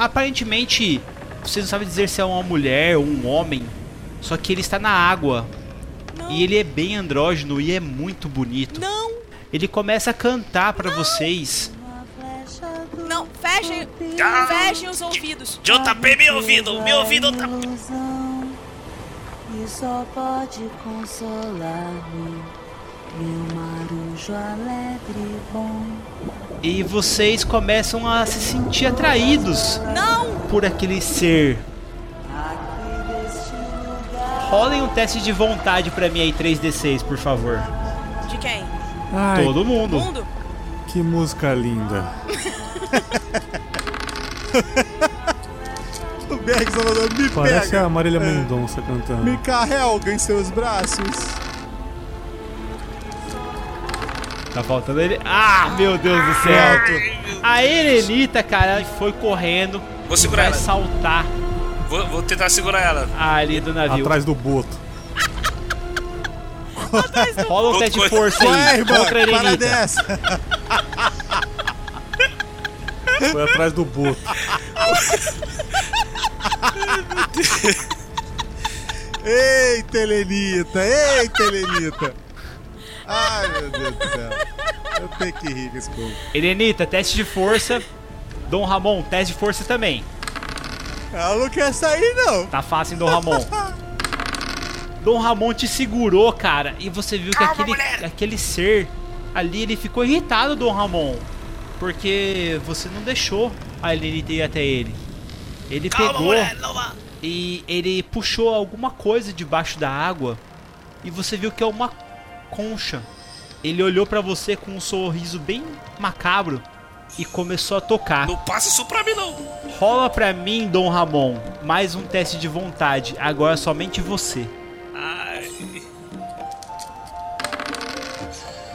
S3: Aparentemente, vocês não sabem dizer se é uma mulher ou um homem. Só que ele está na água.
S7: Não!
S3: E ele é bem andrógeno e é muito bonito.
S7: Não!
S3: Ele começa a cantar pra vocês.
S7: Não! Fechem! Fechem os ouvidos!
S4: JP, me ouvindo, me ouvindo tá.
S10: E só pode consolar-me, meu marujo alegre e bom.
S3: E vocês começam a se sentir atraídos
S7: Não!
S3: por aquele ser.
S10: Aqui deste lugar,
S3: Rolem um teste de vontade pra mim aí, 3D6, por favor.
S7: De quem?
S5: Ai,
S3: Todo mundo.
S7: Mundo?
S5: que música linda.
S6: O Berg
S5: tá
S6: Salvador me
S5: Parece
S6: pega.
S5: a Marília
S6: É.
S5: Mendonça cantando.
S6: Me carrega em seus braços.
S3: Tá faltando ele. Ah, meu Deus do céu. A Erenita, cara, foi correndo.
S4: Vou segurar
S3: vai
S4: ela.
S3: saltar
S4: Vou, vou tentar segurar ela.
S3: ali do navio.
S5: Atrás do boto.
S3: Rola um teste de força
S6: Qual é,
S3: aí
S6: irmão?
S3: contra a
S6: Para
S3: Erenita.
S6: dessa.
S5: Foi atrás do boto.
S6: Eita, Helenita! Eita, Helenita! Ai, meu Deus do céu. Eu tenho que rir com esse povo.
S3: Erenita, teste de força. Dom Ramon, teste de força também.
S6: Ela não quer sair, não.
S3: Tá fácil, hein, Dom Ramon. Dom Ramon te segurou, cara, e você viu que aquele, aquele ser ali, ele ficou irritado, Dom Ramon. Porque você não deixou a Elenita ir até ele. Ele pegou e ele puxou alguma coisa debaixo da água e você viu que é uma concha. Ele olhou pra você com um sorriso bem macabro e começou a tocar.
S4: Não passa isso pra mim, não.
S3: Rola pra mim, Dom Ramon, mais um teste de vontade. Agora é somente você.
S4: Ai.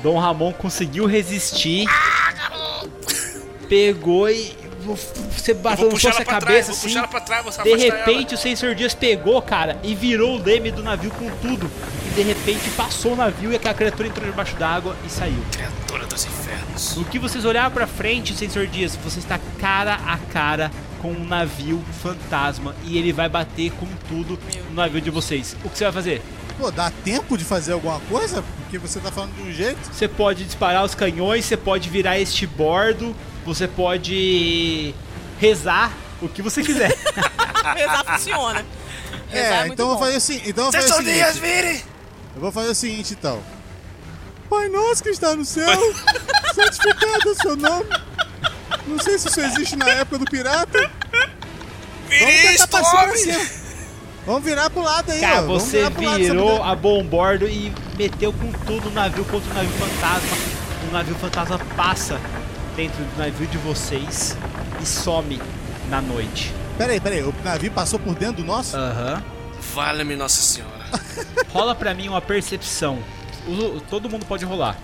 S3: Dom Ramon conseguiu resistir. Pegou e você
S4: Eu
S3: bateu
S4: vou
S3: na
S4: puxar
S3: sua
S4: ela pra
S3: cabeça
S4: trás, vou
S3: assim.
S4: puxar ela pra trás, vou
S3: De
S4: afastar
S3: repente o Sensor Dias pegou, cara, e virou o leme do navio com tudo. E de repente passou o navio e aquela criatura entrou debaixo d'água e saiu.
S4: ela. Criatura dos infernos.
S3: No que vocês olharam pra frente, Sensor Dias, você está cara a cara com um navio fantasma e ele vai bater com tudo no navio de vocês. O que você vai fazer?
S6: Pô, dá tempo de fazer alguma coisa? Porque você tá falando de um jeito?
S3: Você pode disparar os canhões, você pode virar este bordo, você pode rezar, o que você quiser.
S7: Rezar funciona. Rezar
S6: É,
S7: muito
S6: então eu vou
S7: bom.
S6: fazer assim. Então eu vou fazer o
S4: Sessão Dias,
S6: seguinte.
S4: vire!
S6: Eu vou fazer o seguinte, então. Pai nosso que está no céu, santificado é o seu nome. Não sei se isso existe na época do pirata. Vamos
S4: Vire,
S6: tentar passar pra
S4: stop!
S6: cima. Vamos virar pro lado aí,
S3: Cara,
S6: ó. Vamos
S3: Tá, você
S6: virar pro lado dessa
S3: virou
S6: mulher.
S3: a bom bordo e meteu com tudo o navio contra o navio fantasma. O navio fantasma passa dentro do navio de vocês e some na noite.
S6: Peraí, peraí. O navio passou por dentro do nosso?
S3: Aham.
S4: Vale-me Nossa Senhora.
S3: Rola pra mim uma percepção. O- Todo mundo pode rolar.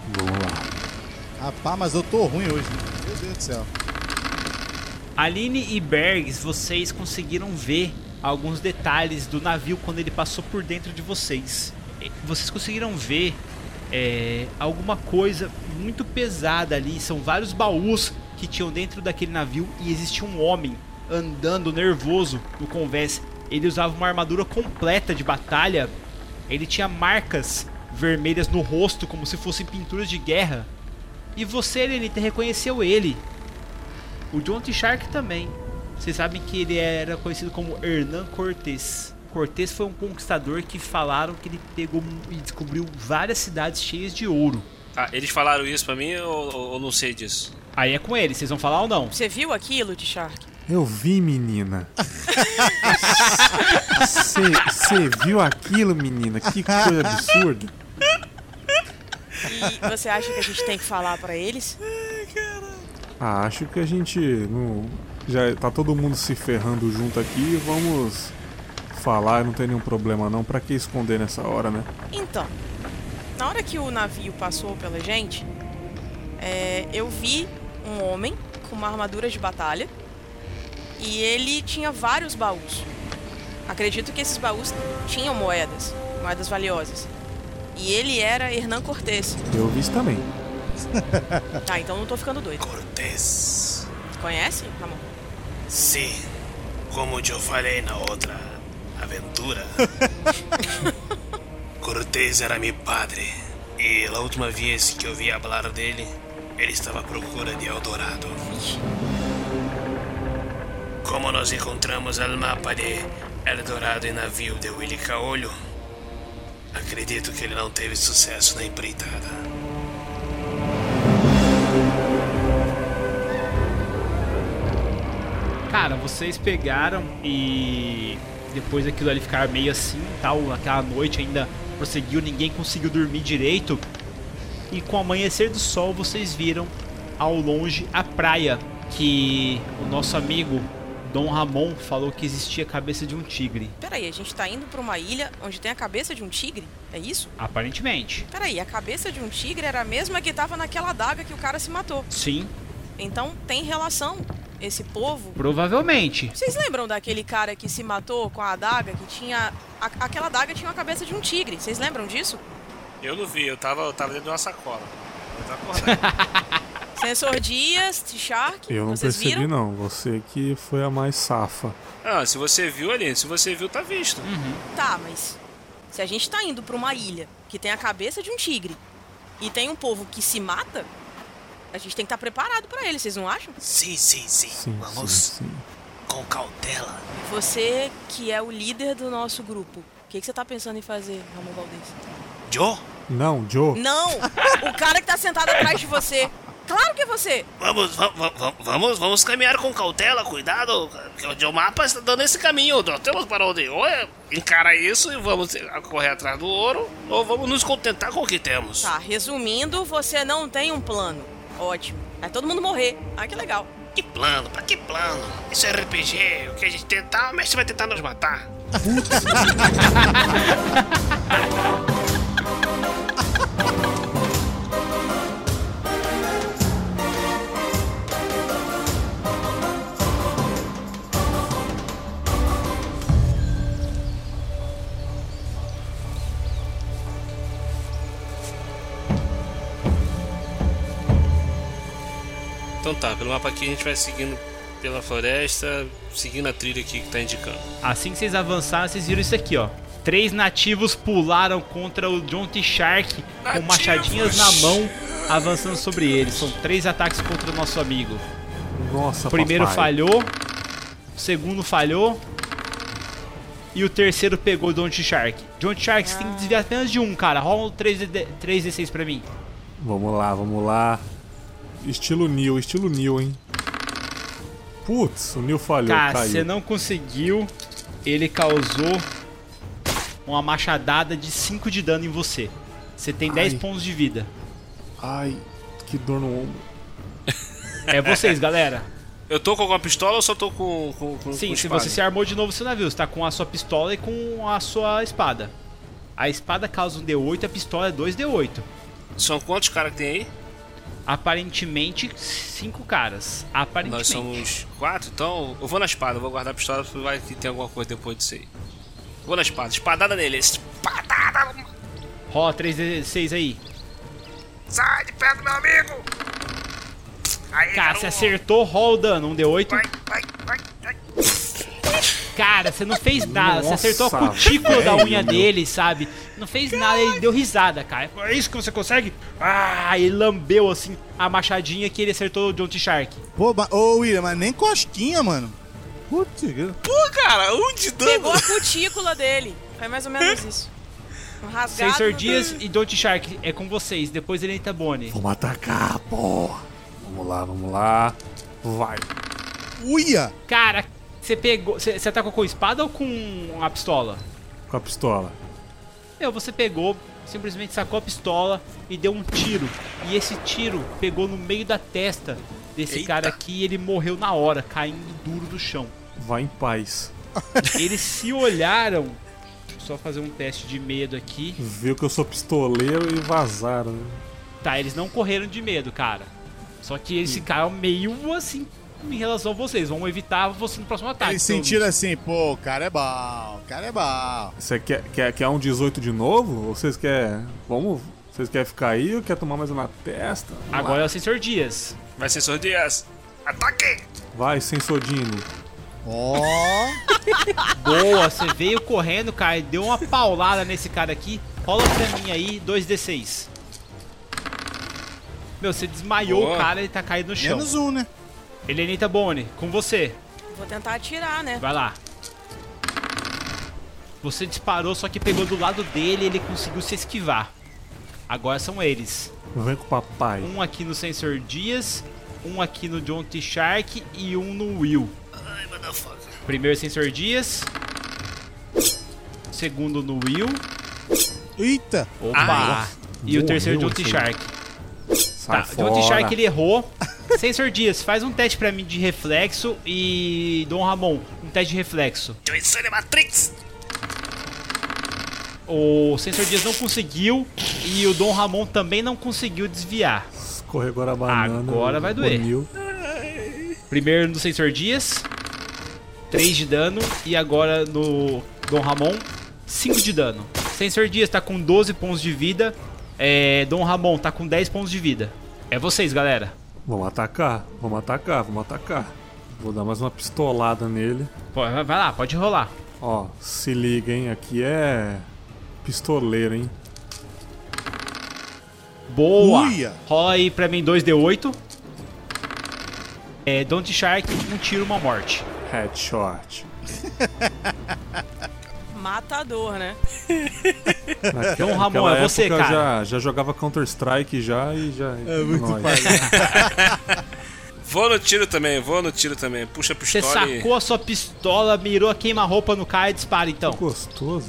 S6: Rapaz, mas eu tô ruim hoje. né? Meu Deus do céu.
S3: Aline e Bergs, vocês conseguiram ver alguns detalhes do navio quando ele passou por dentro de vocês. E Vocês conseguiram ver é, alguma coisa muito pesada ali. São vários baús que tinham dentro daquele navio e existia um homem andando nervoso no convés. Ele usava uma armadura completa de batalha. Ele tinha marcas vermelhas no rosto, como se fossem pinturas de guerra. E você, Lenita, reconheceu ele. O John T. Shark também. Vocês sabem que ele era conhecido como Hernan Cortés. Cortés foi um conquistador que falaram que ele pegou e descobriu várias cidades cheias de ouro.
S4: Ah, eles falaram isso pra mim ou, ou- ou não sei disso?
S3: Aí é com ele, vocês vão falar ou não?
S7: Você viu aquilo de Shark?
S5: Eu vi, menina. Você viu aquilo, menina? Que coisa absurda.
S7: Você acha que a gente tem que falar pra eles?
S5: Ah, acho que a gente não- já tá todo mundo se ferrando junto aqui, vamos falar, não tem nenhum problema não, pra que esconder nessa hora, né?
S7: Então, na hora que o navio passou pela gente, é, eu vi um homem com uma armadura de batalha e ele tinha vários baús. Acredito que esses baús tinham moedas, moedas valiosas. E ele era Hernan Cortés.
S5: Eu vi isso também.
S7: Tá, então não tô ficando doido.
S9: Cortês.
S7: Conhece, Ramon?
S9: Sim, como eu falei na outra aventura, Cortês era meu padre. E a última vez que eu vi falar dele, ele estava à procura de Eldorado. Como nós encontramos o mapa de Eldorado em navio de Willy Caolho, acredito que ele não teve sucesso na empreitada.
S3: Cara, vocês pegaram e depois daquilo ali ficar meio assim tal, aquela noite ainda prosseguiu, ninguém conseguiu dormir direito. E com o amanhecer do sol vocês viram ao longe a praia que o nosso amigo Dom Ramon falou que existia a cabeça de um tigre.
S7: Peraí, a gente tá indo pra uma ilha onde tem a cabeça de um tigre? É isso?
S3: Aparentemente.
S7: Peraí, a cabeça de um tigre era a mesma que tava naquela adaga que o cara se matou.
S3: Sim,
S7: Então tem relação esse povo.
S3: provavelmente.
S7: Vocês lembram daquele cara que se matou com a adaga que tinha. a- aquela adaga tinha a cabeça de um tigre. Vocês lembram disso?
S4: Eu não vi, eu tava, eu tava dentro de uma sacola. Eu tava acordado.
S7: Sensor Dias, T-Shark,
S5: Eu não
S7: vocês
S5: percebi
S7: viram?
S5: não, você que foi a mais safa.
S4: ah, se você viu ali, se você viu, tá visto.
S7: Tá, mas. Se a gente tá indo pra uma ilha que tem a cabeça de um tigre e tem um povo que se mata, a gente tem que estar preparado pra ele, vocês não acham?
S9: Sim, sim, sim.
S5: Sim,
S9: Vamos
S5: sim, sim.
S9: com cautela.
S7: Você que é o líder do nosso grupo, o que, que você tá pensando em fazer, Ramon Valdez?
S9: Joe,
S5: Não, Joe,
S7: Não! o cara que tá sentado atrás de você! Claro que é você!
S9: vamos, va- va- va- vamos, vamos caminhar com cautela, cuidado. porque O mapa está dando esse caminho. Nós temos para onde ou é encara isso e vamos correr atrás do ouro, ou vamos nos contentar com o que temos.
S7: Tá, resumindo, você não tem um plano. Ótimo. Vai todo mundo morrer. Ah, que legal.
S9: Que plano, pra que plano? Isso é RPG, o que a gente tentar, o mestre vai tentar nos matar.
S4: Então tá, pelo mapa aqui a gente vai seguindo pela floresta, seguindo a trilha aqui que tá indicando.
S3: Assim que vocês avançaram, vocês viram isso aqui, ó. Três nativos pularam contra o John T. Shark com machadinhas na mão, avançando sobre eles. São três ataques contra o nosso amigo.
S5: nossa
S3: O primeiro
S5: papai.
S3: falhou, o segundo falhou e o terceiro pegou o John T. Shark. John T. Shark, você tem que desviar apenas de um, cara. Rola um 3D6 pra mim.
S5: Vamos lá, vamos lá. Estilo Neil, estilo Neil, hein? Putz, o Neil falhou,
S3: Cara,
S5: caiu.
S3: você não conseguiu. Ele causou uma machadada de 5 de dano em você. Você tem 10
S5: Ai.
S3: pontos de vida.
S5: Ai, que dor no ombro.
S3: É vocês, galera.
S4: Eu tô com alguma pistola ou só tô com. com, com
S3: Sim,
S4: com
S3: se
S4: espada?
S3: você se armou de novo seu navio, você tá com a sua pistola e com a sua espada. A espada causa um D8, a pistola é 2D8.
S4: São quantos caras que tem aí?
S3: Aparentemente, cinco caras. Aparentemente.
S4: Nós somos quatro, então eu vou na espada, eu vou guardar a pistola porque vai que tem alguma coisa depois disso aí. Vou na espada, espadada nele, espadada!
S3: Rola 3D6 aí.
S9: Sai de perto, meu amigo! Aí,
S3: Cara,
S9: garoto.
S3: você acertou, rola o dano. Um D8.
S9: Vai, vai, vai, vai.
S3: Cara, você não fez nada. Você
S5: Nossa,
S3: acertou a cutícula da
S5: velho,
S3: unha
S5: meu.
S3: dele, sabe? Não fez nada, ele deu risada, cara. É isso que você consegue? Ah, ele lambeu assim a machadinha que ele acertou o John T. Shark.
S6: Pô, ba- ô William, mas nem cosquinha, mano. Putz, que-
S4: Cara, um de
S7: Pegou a cutícula dele. Foi mais ou menos isso. Um rasgado.
S3: Sensor Dias e Don't Shark é com vocês, depois ele entra Bonnie.
S5: Vamos atacar, porra. Vamos lá, vamos lá. Vai.
S6: uia!
S3: Cara, você pegou. Você você atacou com espada ou com a pistola?
S5: Com a pistola.
S3: Meu, você pegou, simplesmente sacou a pistola e deu um tiro. E esse tiro pegou no meio da testa desse
S4: Eita.
S3: cara aqui e ele morreu na hora, caindo duro do chão.
S5: Vai em paz.
S3: Eles se olharam. Deixa eu Só fazer um teste de medo aqui.
S5: Viu que eu sou pistoleiro e vazaram. né?
S3: Tá, eles não correram de medo, cara. Só que eles ficaram meio assim em relação a vocês. Vão evitar você no próximo ataque.
S6: Eles sentiram assim, pô, o cara é bom, o cara é bom.
S5: Você quer, quer, quer um 18 de novo? Ou vocês querem. Vamos. Vocês querem ficar aí ou quer tomar mais uma na testa? Vamos lá.
S3: Agora é o Sensor Dias.
S4: Vai ser sordias. Ataque!
S5: Vai, Sensodino.
S6: Ó,
S3: Boa, você veio correndo, cara, e deu uma paulada nesse cara aqui. Rola pra mim aí, 2d6. Meu, você desmaiou
S4: Boa.
S3: o cara, ele tá caído no chão.
S6: menos um, né?
S3: Helenita Boni, com você.
S7: Vou tentar atirar, né?
S3: Vai lá. Você disparou, só que pegou do lado dele e ele conseguiu se esquivar. Agora são eles.
S5: Vem com o papai.
S3: Um aqui no Sensor Dias, um aqui no John T. Shark e um no Will.
S9: Ai, motherfucker.
S3: Primeiro Sensor Dias. Segundo no Will.
S6: Eita!
S3: Opa! e o
S5: Ah, Morreu
S3: terceiro John T.
S5: esse aí.
S3: Shark.
S5: Sai
S3: Tá,
S5: fora.
S3: John T. Shark ele errou. Sensor Dias, faz um teste pra mim de reflexo e. Dom Ramon, um teste de reflexo.
S9: John Insane Matrix.
S3: O Sensor Dias não conseguiu e o Dom Ramon também não conseguiu desviar.
S5: Escorregou na banana.
S3: Agora vai doer.
S5: boniu.
S3: Primeiro no Sensor Dias, 3 de dano e agora no Dom Ramon, 5 de dano. Sensor Dias tá com 12 pontos de vida, é, Dom Ramon tá com 10 pontos de vida. É vocês, galera.
S5: Vamos atacar, vamos atacar, vamos atacar. Vou dar mais uma pistolada nele.
S3: Pô, vai vai lá, pode rolar.
S5: Ó, se liga, hein? Aqui é. Pistoleiro, hein?
S3: Boa!
S6: Uia.
S3: Rola aí pra mim 2D8. É, Don't Shark, um tiro, uma morte.
S5: Headshot.
S7: Matador, né?
S5: Naquela,
S3: Ramon, é você,
S5: época eu
S3: cara.
S5: Já, já jogava Counter-Strike já e já.
S6: É muito
S5: Nós.
S6: palhaço.
S4: Vou no tiro também, vou no tiro também. Puxa a
S3: Você
S4: pistola e...
S3: sacou a sua pistola, mirou a queima-roupa no cara e dispara então.
S5: Gostoso.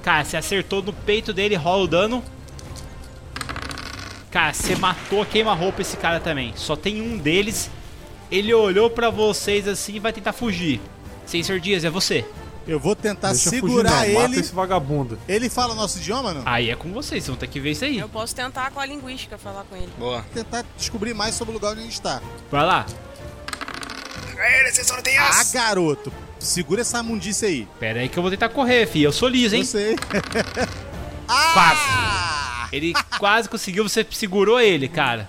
S3: Cara, você acertou no peito dele, rola o dano. Cara, você matou a queima-roupa esse cara também. Só tem um deles. Ele olhou pra vocês assim e vai tentar fugir. Sensor Dias, é você.
S6: Eu vou tentar
S5: Deixa eu
S6: segurar
S5: fugir, não. Mata
S6: ele.
S5: esse vagabundo.
S6: Ele fala nosso idioma, não?
S3: Aí é com vocês, vocês vão ter que ver isso aí.
S7: Eu posso tentar com a linguística falar com ele.
S4: Boa.
S6: Tentar descobrir mais sobre o lugar onde a gente tá.
S3: Vai lá.
S9: Ele, vocês
S6: Ah,
S9: sordias.
S6: garoto, segura essa mundice aí.
S3: Pera aí que eu vou tentar correr, fi. Eu sou liso, hein?
S6: Eu sei. Ah,
S4: Ah!
S3: Quase. Ele quase conseguiu, você segurou ele, cara.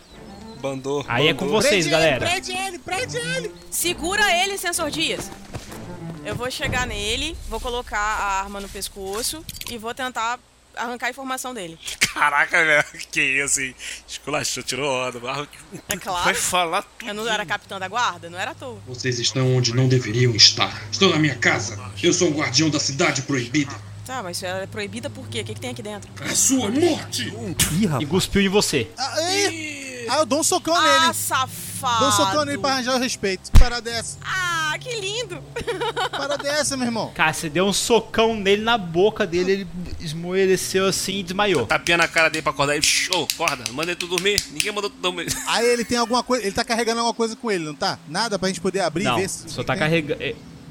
S4: Bandou.
S3: Aí é com
S4: bandou.
S3: vocês, galera.
S6: Prende ele, prende ele.
S7: Segura ele, Sensor Dias! Eu vou chegar nele, vou colocar a arma no pescoço e vou tentar arrancar a informação dele.
S4: Caraca, velho. Que isso, hein? Esculachou, tirou onda. Ah,
S7: É claro.
S4: Vai falar tudo.
S7: Eu não era capitã da guarda? Não era à toa.
S11: Vocês estão onde não deveriam estar. Estão na minha casa. Eu sou o guardião da cidade proibida.
S7: Tá, mas ela é proibida por quê? O que, que tem aqui dentro?
S11: A sua morte!
S5: Ih,
S3: E
S5: rapaz.
S3: cuspiu em você.
S6: Ah, ei. Ah, eu dou um socão
S7: Ah,
S6: nele. Dou um socão nele
S7: safado!
S6: pra arranjar o respeito. é Para dessa,
S7: Ah, que lindo!
S6: para dessa, é meu irmão.
S3: Cara, você deu um socão nele na boca dele, ele esmoreceu assim e desmaiou.
S4: Tapinha na cara dele pra acordar ele. Show, acorda. Mandei tu dormir. Ninguém mandou tu dormir.
S6: Aí ele tem alguma coisa, ele tá carregando alguma coisa com ele, não tá? Nada pra gente poder abrir e
S3: Não,
S6: ver se...
S3: só tá carregando.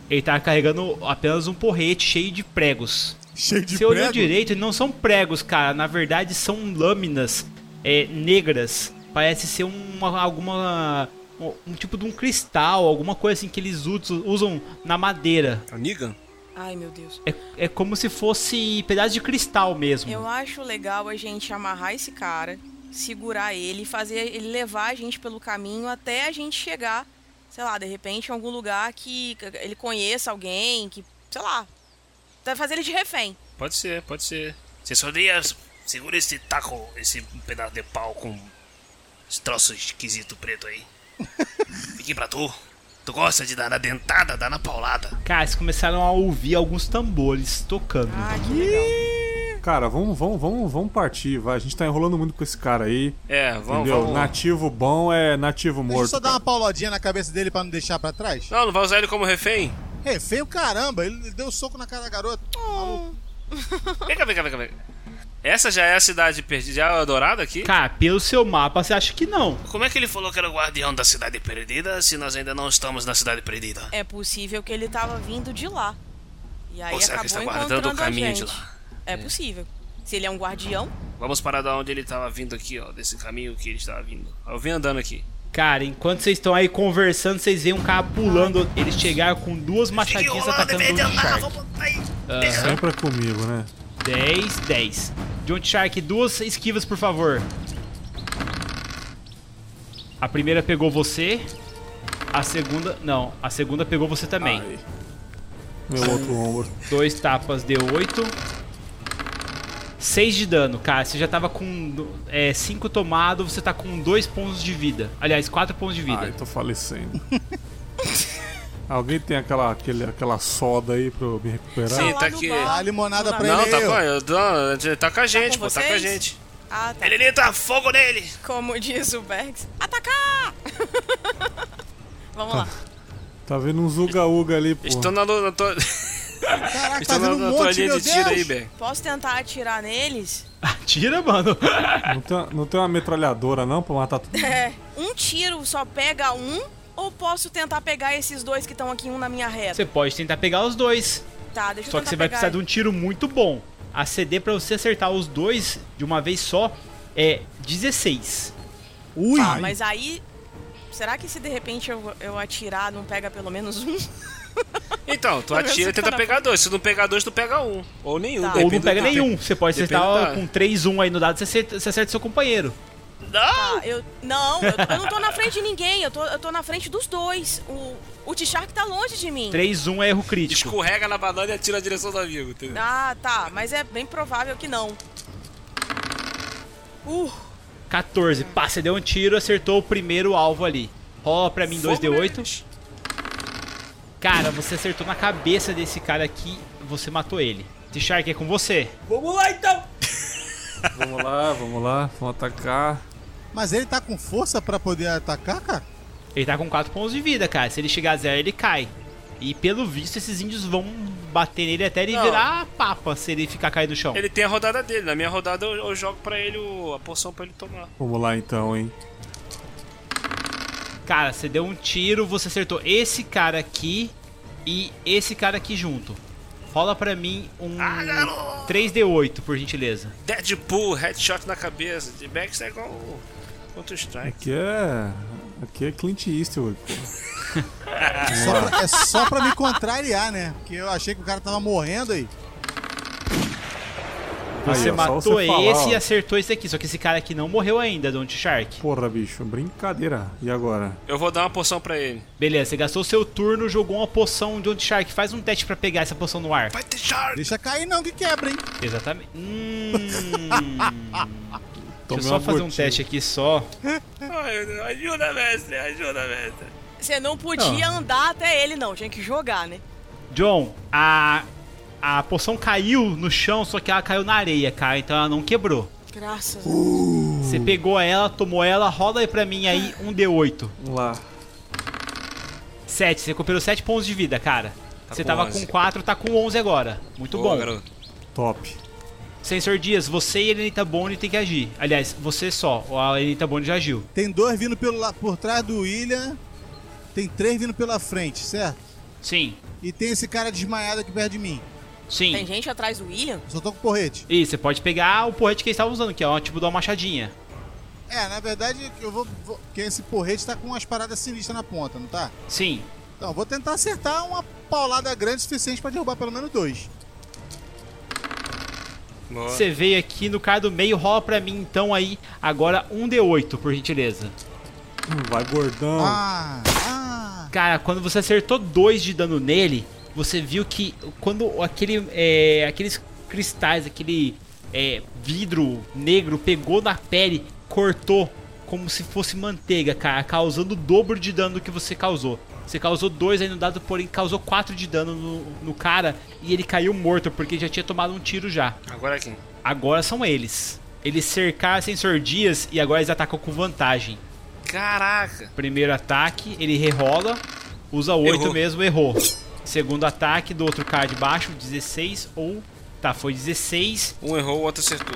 S3: Ele tá carregando apenas um porrete cheio de pregos.
S6: Cheio de
S3: Você olhou
S6: prego.
S3: direito, não são pregos, cara. Na verdade, são lâminas é, negras. Parece ser uma, alguma. Um, um tipo de um cristal, alguma coisa assim que eles us- usam na madeira.
S4: É o Negan?
S7: Ai, meu Deus.
S3: É, é como se fosse pedaço de cristal mesmo.
S7: Eu acho legal a gente amarrar esse cara, segurar ele, fazer ele levar a gente pelo caminho até a gente chegar, sei lá, de repente em algum lugar que ele conheça alguém, que, sei lá, tá- fazer ele de refém.
S4: Pode ser, pode ser.
S9: Vocês sordias. é Segura esse taco, esse pedaço de pau com esse troço esquisito preto aí. Fique pra tu. Tu gosta de dar na dentada, dar na paulada.
S3: Cara, eles começaram a ouvir alguns tambores tocando.
S7: Ah, que legal.
S5: Cara, vamos, vamos, vamos, vamos partir, vai. A gente tá enrolando muito com esse cara aí.
S4: É, vamos,
S5: entendeu?
S4: vamos.
S5: Nativo bom é nativo
S6: Deixa eu
S5: morto.
S6: só dar uma pauladinha na cabeça dele pra não deixar pra trás.
S4: Não, não vai usar ele como refém?
S6: É um feio caramba, ele deu soco na cara da garota.
S4: Vem cá, vem cá, vem cá. vem cá. Essa já é a cidade perdida, já é a dourada aqui?
S3: Cara, pelo seu mapa você acha que não.
S9: Como é que ele falou que era o guardião da cidade perdida se nós ainda não estamos na cidade perdida?
S7: É possível que ele tava vindo de lá. E aí
S9: Ou será que ele
S7: acabou
S9: tá guardando o
S7: encontrando a
S9: caminho de
S7: gente.
S9: lá?
S7: É possível. Se ele é um guardião,
S4: Vamos parar da onde ele tava vindo aqui, ó. Desse caminho que ele estava vindo. Eu vim andando aqui.
S3: Cara, enquanto vocês estão aí conversando, vocês veem um cara pulando. Eles chegaram com duas machadinhas atacando o Don
S9: Ah,
S3: Shark. Aham.
S5: Sempre é comigo, né?
S3: 10, 10. John Shark, duas esquivas, por favor. A primeira pegou você. A segunda. Não, a segunda pegou você também.
S5: Meu outro ombro.
S3: Dois tapas deu 8. 6 de dano, cara. Você já tava com 5 tomados, você tá com 2 pontos de vida. Aliás, 4 pontos de vida.
S5: Ai, tô falecendo. Alguém tem aquela, aquele, aquela soda aí pra eu me recuperar?
S4: Sim,
S7: lá
S4: tá
S7: no
S4: aqui.
S7: bar.
S6: Dá a limonada pra
S4: Não,
S6: ele
S4: tá
S6: aí,
S4: com,
S6: ó.
S4: eu, não, tá com a gente,
S7: com
S4: pô, tá com a
S7: vocês?
S4: gente.
S7: ah, tá.
S9: Elenita, fogo nele!
S7: como diz o Bergs, atacar! Vamos lá.
S5: Tá vendo um zuga-uga ali, pô.
S4: Estou na lu- na tua.
S6: Caraca, tá
S4: Estou na,
S6: vindo um
S4: na tua
S6: monte,
S4: linha
S6: meu
S4: é de tiro aí,
S6: Deus!
S4: Ben.
S7: Posso tentar atirar neles?
S3: Tira, mano.
S5: Não tem, não tem uma metralhadora não pra matar tudo?
S7: É, um tiro só pega um? Ou posso tentar pegar esses dois que estão aqui, um na minha reta?
S3: Você pode tentar pegar os dois.
S7: Tá, deixa eu
S3: Só que
S7: tentar
S3: você vai
S7: pegar.
S3: precisar de um tiro muito bom. A CD pra você acertar os dois de uma vez só é 16.
S5: Ui!
S7: Tá, mas aí. Será que se de repente eu, eu atirar não pega pelo menos um?
S4: Então, tu
S7: Pelo menos
S4: atira e
S7: você tá
S4: tenta
S7: na
S4: pegar dois. Se não pegar dois, tu pega um. Ou nenhum.
S7: Tá.
S4: depende
S3: Ou não
S4: do
S3: pega
S4: teu tempo.
S3: nenhum. Você pode
S4: Depende
S3: acertar
S4: da-
S3: com 3-1 aí no dado, você acerta, você acerta seu companheiro.
S7: Tá, eu. Não, eu, eu não tô na frente de ninguém, eu tô, eu tô na frente dos dois. O, o T-Shark tá longe de
S4: Hum.
S7: mim.
S3: 3-1 é erro crítico.
S4: Escorrega na banana e atira a direção do amigo, entendeu?
S7: Ah, tá, mas é bem provável que não. Uh,
S3: 14. Pá, você deu um tiro, acertou o primeiro alvo ali. Rola pra mim
S4: um
S3: 2D8. Cara, você acertou na cabeça desse cara aqui, você matou ele. T-Shark é com você.
S5: Vamos lá, vamos lá, vamos atacar.
S6: Mas ele tá com força pra poder atacar, cara?
S3: Ele tá com 4 pontos de vida, cara. Se ele chegar a zero, ele cai. E pelo visto, esses índios vão bater nele até ele
S4: Não.
S3: virar papa se ele ficar caído no chão.
S4: Ele tem a rodada dele. Na minha rodada eu, eu jogo pra ele o- a poção pra ele tomar.
S5: Vamos lá então, hein.
S3: Cara, você deu um tiro, você acertou esse cara aqui e esse cara aqui junto. Rola pra mim um
S4: Ah,
S3: 3D8, por gentileza.
S4: Deadpool, headshot na cabeça. De Max é igual o Counter Strike.
S5: Aqui é... Aqui é Clint Eastwood, pô.
S6: Só pra- é só pra me contrariar, né? Porque eu achei que o cara tava morrendo aí.
S3: Você
S5: Aí, ó, só
S3: matou
S5: você falar,
S3: esse e
S5: ó.
S3: acertou esse aqui, só que esse cara aqui não morreu ainda, Don't Shark.
S5: Porra, bicho, brincadeira. E agora?
S4: Eu vou dar uma poção pra ele.
S3: Beleza, você gastou seu turno, jogou uma poção Don't Shark. Faz um teste pra pegar essa poção no ar.
S9: Vai ter shark!
S6: Deixa cair não, que quebra, hein?
S3: Exatamente. Hum. Deixa eu
S5: Tomei
S3: só
S5: uma
S3: fazer um
S5: gotinha.
S3: teste aqui só.
S4: Ai, ajuda, mestre, ajuda, mestre.
S7: você não podia andar até ele, não, tinha que jogar, né?
S3: John, a a poção caiu no chão, só que ela caiu na areia, cara, então ela não quebrou.
S7: Graças a Deus.
S3: Você
S4: Hum.
S3: pegou ela, tomou ela, rola aí pra mim aí um D8.
S5: Vamos lá.
S3: 7, você recuperou 7 pontos de vida, cara.
S4: Tá
S3: você
S4: com
S3: tava
S4: 11.
S3: com 4, tá com 11 agora. Muito
S4: Boa,
S3: bom.
S4: garoto.
S5: Top.
S3: Sensor Dias, você e a Elenita Boni tem que agir. Aliás, você só, ou a Elenita Boni já agiu.
S6: Tem dois vindo pelo, la- por trás do William. Tem três vindo pela frente, certo?
S3: Sim,
S6: E tem esse cara desmaiado aqui perto de mim.
S3: sim.
S7: Tem gente atrás do William?
S6: Eu Só tô com porrete.
S3: E você pode pegar o porrete que eles estavam usando, que é um tipo de uma machadinha.
S6: É, na verdade, eu vou. vou porque esse porrete tá com umas paradas sinistras na ponta, não tá?
S3: Sim.
S6: Então, eu vou tentar acertar uma paulada grande suficiente pra derrubar pelo menos dois.
S4: Boa.
S3: Você veio aqui no cara do meio, rola pra mim então aí agora um D8, por gentileza.
S5: Hum, Vai, gordão.
S6: Ah, ah.
S3: Cara, quando você acertou 2 de dano nele, você viu que quando aquele, é, aqueles cristais, aquele é, vidro negro pegou na pele, cortou como se fosse manteiga, cara, causando o dobro de dano do que você causou. Você causou 2 aí no dado, porém causou 4 de dano no, no cara e ele caiu morto porque já tinha tomado um tiro já.
S4: Agora aqui.
S3: Agora são eles. Eles cercaram Sensor Dias e agora eles atacam com vantagem.
S4: Caraca.
S3: Primeiro ataque, ele rerola, usa 8
S4: Errou.
S3: mesmo, errou. Segundo ataque do outro cara de baixo, 16 ou Tá, foi 16.
S4: Um errou, o outro acertou.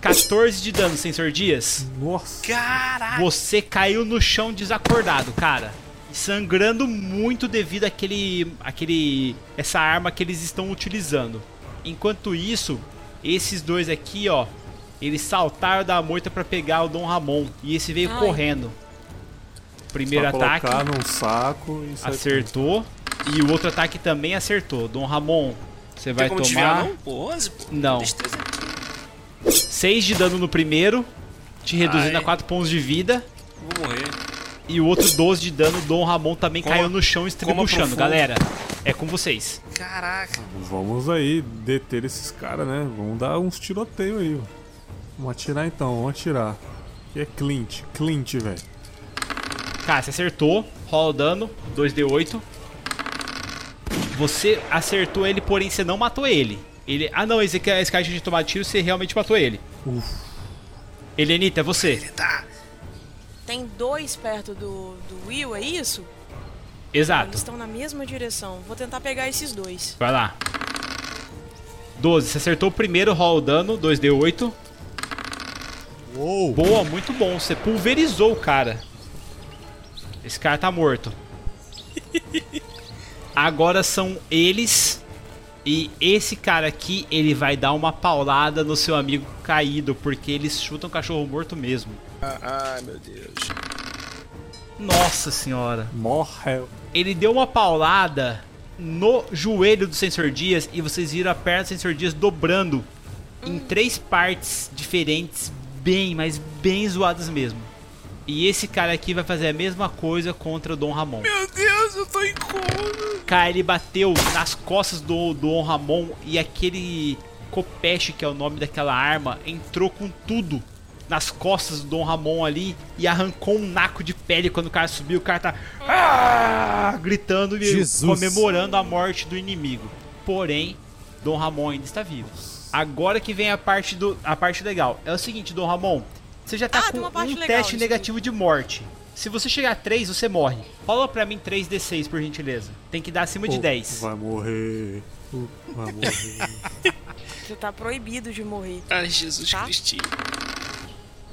S3: 14 de dano, Sensor Dias.
S5: Nossa.
S4: Caralho!
S3: Você caiu no chão desacordado, cara. Sangrando muito devido àquele. aquele. essa arma que eles estão utilizando. Enquanto isso, esses dois aqui, ó. Eles saltaram da moita pra pegar o Dom Ramon. E esse veio
S7: Ai.
S3: correndo. Primeiro
S5: pra
S3: ataque.
S5: colocar num saco e sair
S3: Acertou. E o outro ataque também acertou. Dom Ramon, você vai
S4: Tem como desviar,
S3: tomar
S4: Ah, não? Pô, 11, pô.
S3: Não.
S4: Destreza.
S3: 6 de dano no primeiro, te reduzindo a
S4: Ai.
S3: 4 pontos de vida.
S4: Vou morrer.
S3: E o outro 12 de dano, Dom Ramon também
S4: Coma-
S3: caiu no chão
S4: profundo.
S3: estribuchando. Galera, é com vocês.
S4: Caraca.
S5: com- Vamos aí deter esses caras, né? Vamos dar uns tiroteios aí. ó. Vamos atirar então, vamos atirar. Que é Clint, Clint, velho.
S3: Cara, você acertou, rola o dano, 2d8. Você acertou ele, porém você não matou ele. Ele. Ah não, esse, ca- esse cara tinha tomado tiro, você realmente matou ele.
S5: Uf.
S3: Helenita, é você.
S7: Tem dois perto do, do Will, é isso? Eles
S3: Exato.
S7: estão na mesma direção. Vou tentar pegar esses dois.
S3: Vai lá. 12, você acertou o primeiro, rola o dano, 2d8.
S6: Uou!
S3: Boa, muito bom. Você pulverizou o cara. Esse cara tá morto. Agora são eles. E esse cara aqui, ele vai dar uma paulada no seu amigo caído, porque eles chutam cachorro morto mesmo.
S4: Ah, ai, meu Deus.
S3: Nossa senhora.
S5: Morre.
S3: Ele deu uma paulada no joelho do Sensor Dias e vocês viram a perna do Sensor Dias dobrando em três partes diferentes, bem, mas bem zoadas mesmo. E esse cara aqui vai fazer a mesma coisa contra o Dom Ramon.
S4: Meu Deus, eu tô em coma.
S3: Cara, ele bateu nas costas do do Dom Ramon e aquele Kopesh, que é o nome daquela arma, entrou com tudo nas costas do Dom Ramon ali e arrancou um naco de pele quando o cara subiu. O cara tá "Ah!" gritando e
S6: Jesus.
S3: comemorando a morte do inimigo. Porém, Dom Ramon ainda está vivo. Agora que vem a parte, do, a parte legal. É o seguinte, Dom Ramon, você já tá
S7: Ah, tem
S3: com
S7: uma parte
S3: um
S7: legal
S3: teste
S7: disso
S3: negativo de morte. Se você chegar a 3, você morre. Rola pra mim 3d6, por gentileza. Tem que dar acima de
S5: Oh,
S3: 10.
S5: Vai morrer. Uh, Vai morrer.
S7: Você tá proibido de morrer.
S4: Ai, Jesus
S7: Tá.
S4: Cristinho.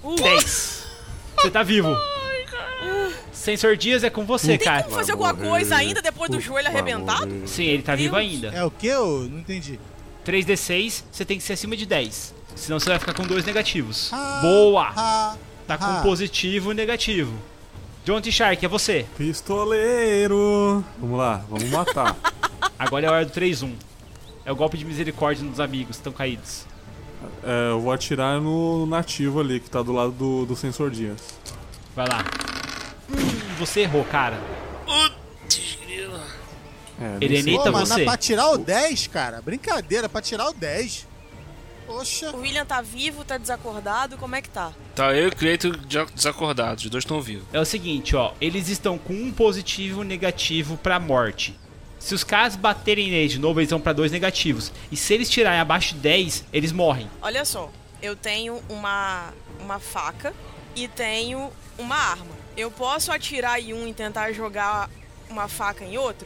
S7: Uh,
S3: 10. Você tá vivo. Sensor Dias é com você,
S7: tem
S3: cara.
S7: como fazer alguma
S5: morrer.
S7: coisa ainda depois do
S5: Uh,
S7: joelho
S5: vai
S7: arrebentado?
S5: morrer.
S3: Sim, ele tá vivo
S7: Deus.
S3: ainda.
S6: É o que eu não entendi.
S3: 3d6, você tem que ser acima de 10. Senão você vai ficar com dois negativos.
S6: Ah,
S3: Boa!
S6: ah,
S3: Tá
S6: ah.
S3: com positivo e negativo. John T. Shark, é você.
S5: Pistoleiro. Vamos lá, vamos matar.
S3: Agora é a hora do 3-1. É o golpe de misericórdia nos amigos que estão caídos.
S5: É, eu vou atirar no nativo ali, que tá do lado do, do sensor Dias.
S3: Vai lá. Hum, você errou, cara.
S4: Putz, grila.
S5: É, nem sei-
S3: Helenita,
S6: Pô, mas
S3: você.
S6: pra tirar o 10, cara, brincadeira, pra tirar o 10. Poxa.
S7: O William tá vivo, tá desacordado, como é que tá?
S4: Tá, eu e o Cleito já desacordados, os dois estão vivos.
S3: É o seguinte, ó. Eles estão com um positivo e um negativo pra morte. Se os caras baterem neles de novo, eles vão pra dois negativos. E se eles tirarem abaixo de 10, eles morrem.
S7: Olha só, eu tenho uma, uma faca e tenho uma arma. Eu posso atirar em um e tentar jogar uma faca em outro?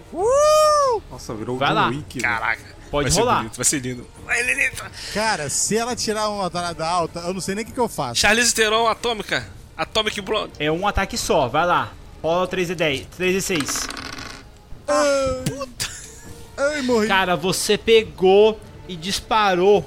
S5: Nossa, virou o
S3: Vai
S5: John
S3: lá.
S5: Wick. velho.
S4: Caraca.
S3: Pode
S4: vai ser
S3: rolar.
S4: bonito, vai ser lindo. Vai, tá. Lilita.
S6: Cara, se ela tirar uma danada alta, eu não sei nem o que, que eu faço.
S4: Charlize Theron, Atômica. Atomic Blonde.
S3: É um ataque só, vai lá. Rola 3 e 10, 3 e 6.
S6: Ai, morri.
S3: Cara, você pegou e disparou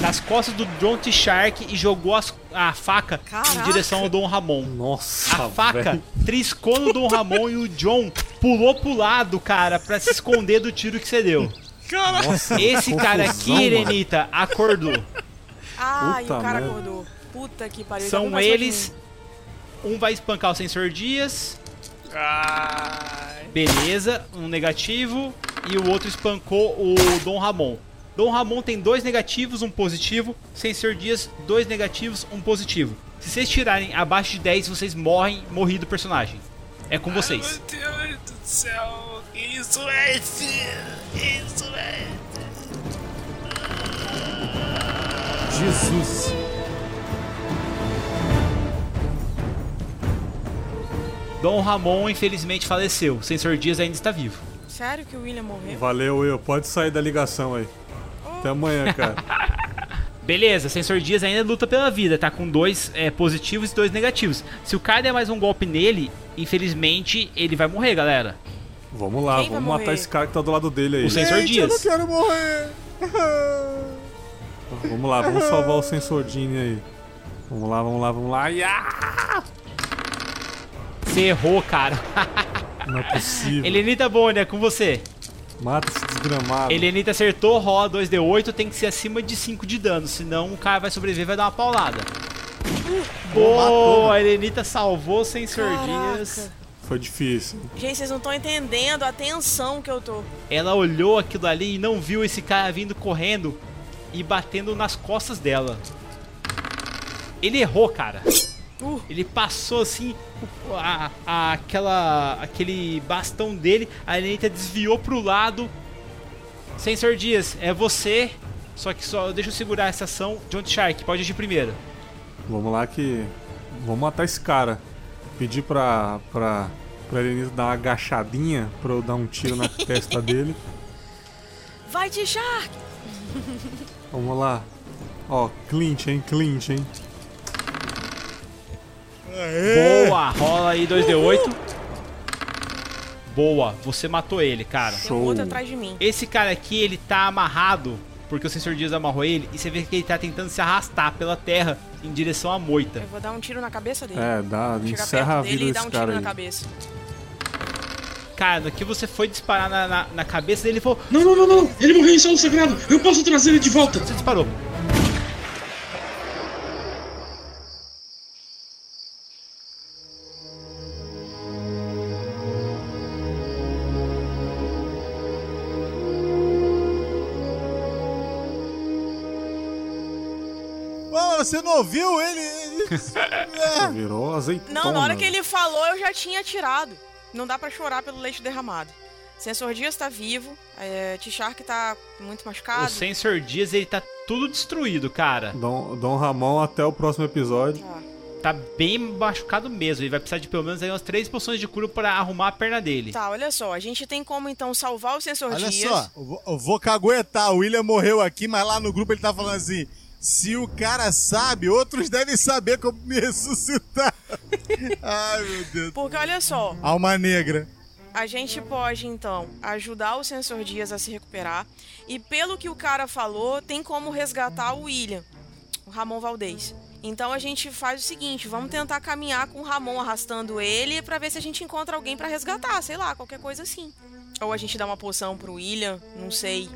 S3: nas costas do John T. Shark e jogou as- a faca em
S7: Caraca.
S3: direção ao Dom Ramon.
S5: Nossa,
S3: A faca
S5: velho.
S3: triscou no Dom Ramon e o John pulou pro lado, cara, pra se esconder do tiro que você deu.
S5: Nossa,
S3: Esse cara aqui,
S5: confusão, mano.
S3: Helenita, acordou.
S7: Ah, e o
S5: Puta
S7: cara
S5: merda.
S7: acordou. Puta que pariu. tá já
S3: São
S7: começou de
S3: eles.
S7: novo.
S3: Um vai espancar o sensor Dias. Beleza, um negativo. E o outro espancou o Dom Ramon. Dom Ramon tem dois negativos, um positivo. Sensor Dias, dois negativos, um positivo. Se vocês tirarem abaixo de 10, vocês morrem, morrido o personagem. É com vocês.
S4: Meu Deus do céu. que Isso é esse. Isso é.
S6: Jesus.
S3: Dom Ramon, infelizmente, faleceu. Sensor Dias ainda está vivo.
S7: Sério que o William morreu?
S5: Valeu, eu. Pode sair da ligação aí.
S7: Ô,
S5: Até amanhã, cara.
S3: Beleza, Sensor Dias ainda luta pela vida, tá com dois é, positivos e dois negativos. Se o cara der mais um golpe nele, infelizmente ele vai morrer, galera.
S5: Vamos lá,
S3: Quem vai
S5: vamos
S3: morrer?
S5: matar esse cara que tá do lado dele aí.
S3: O Sensor
S6: Gente, eu não
S3: Dias.
S6: quero morrer.
S5: Vamos lá, vamos salvar o Sensordini aí. Vamos lá, vamos lá, vamos lá. Ai, ah!
S3: Você errou, cara.
S5: Não é possível.
S3: Helenita Boni, é com você.
S6: Tá
S5: Mata esse desgramado.
S3: Helenita acertou, rola 2D8, tem que ser acima de 5 de dano, senão o cara vai sobreviver e vai dar uma paulada. Boa, a Helenita salvou o Sensor Dias.
S5: Foi difícil.
S7: Gente, vocês não estão entendendo a tensão que eu tô.
S3: Ela olhou aquilo ali e não viu esse cara vindo correndo e batendo nas costas dela. Ele errou, cara. Ele passou assim, o- a- a- aquela, aquele bastão dele, a Lenita desviou pro lado. Sensor Dias, é você. Só que só deixa eu segurar essa ação. John Shark, pode agir primeiro.
S5: Vamos lá que. Vamos matar esse cara. Pedir pra. pra. pra Helenita dar uma agachadinha pra eu dar um tiro na testa dele.
S7: Vai, T-Shark!
S5: Vamos lá. Ó, Clint, hein? Clint, hein?
S3: Boa, rola aí 2D8. Boa, você matou ele, cara.
S7: Tem um outro atrás de mim.
S3: Esse cara aqui, ele tá amarrado, porque o Sensor Dias amarrou ele, e você vê que ele tá tentando se arrastar pela terra em direção à moita.
S7: Eu vou dar um tiro na cabeça dele.
S5: É, dá-
S7: Chegar
S5: encerra
S7: perto
S5: a vida
S7: dele e dar
S5: desse
S7: um tiro
S5: cara
S7: na
S5: aí.
S7: cabeça.
S3: Cara, no que você foi disparar na, na- na cabeça dele, ele falou...
S11: Não, não, não, não. Ele morreu em solo sagrado. Eu posso trazer ele de volta. Você
S3: disparou.
S6: Ah, você não ouviu ele? ele-
S5: Só Virou azeitona.
S7: Não, na hora que ele falou, eu já tinha tirado. Não dá pra chorar pelo leite derramado. Sensor Dias tá vivo, é, T-Shark tá muito
S3: O
S7: machucado.
S3: Sensor Dias, ele tá tudo destruído, cara.
S5: Dom, Dom Ramon, até o próximo episódio.
S3: Tá bem machucado mesmo, ele vai precisar de pelo menos aí umas três poções de cura pra arrumar a perna dele.
S7: Tá, olha só, a gente tem como então salvar o Sensor
S6: Olha
S7: Dias.
S6: só, eu vou- eu vou caguetar. O William morreu aqui, mas lá no grupo ele tá falando assim: se o cara sabe, outros devem saber como me ressuscitar. Ai, meu Deus.
S7: Porque olha só,
S6: Alma negra.
S7: a gente pode então ajudar o Sensor Dias a se recuperar. E pelo que o cara falou, tem como resgatar o William, o Ramon Valdez. Então a gente faz o seguinte, vamos tentar caminhar com o Ramon arrastando ele pra ver se a gente encontra alguém pra resgatar, sei lá, qualquer coisa assim. Ou a gente dá uma poção pro William, não sei.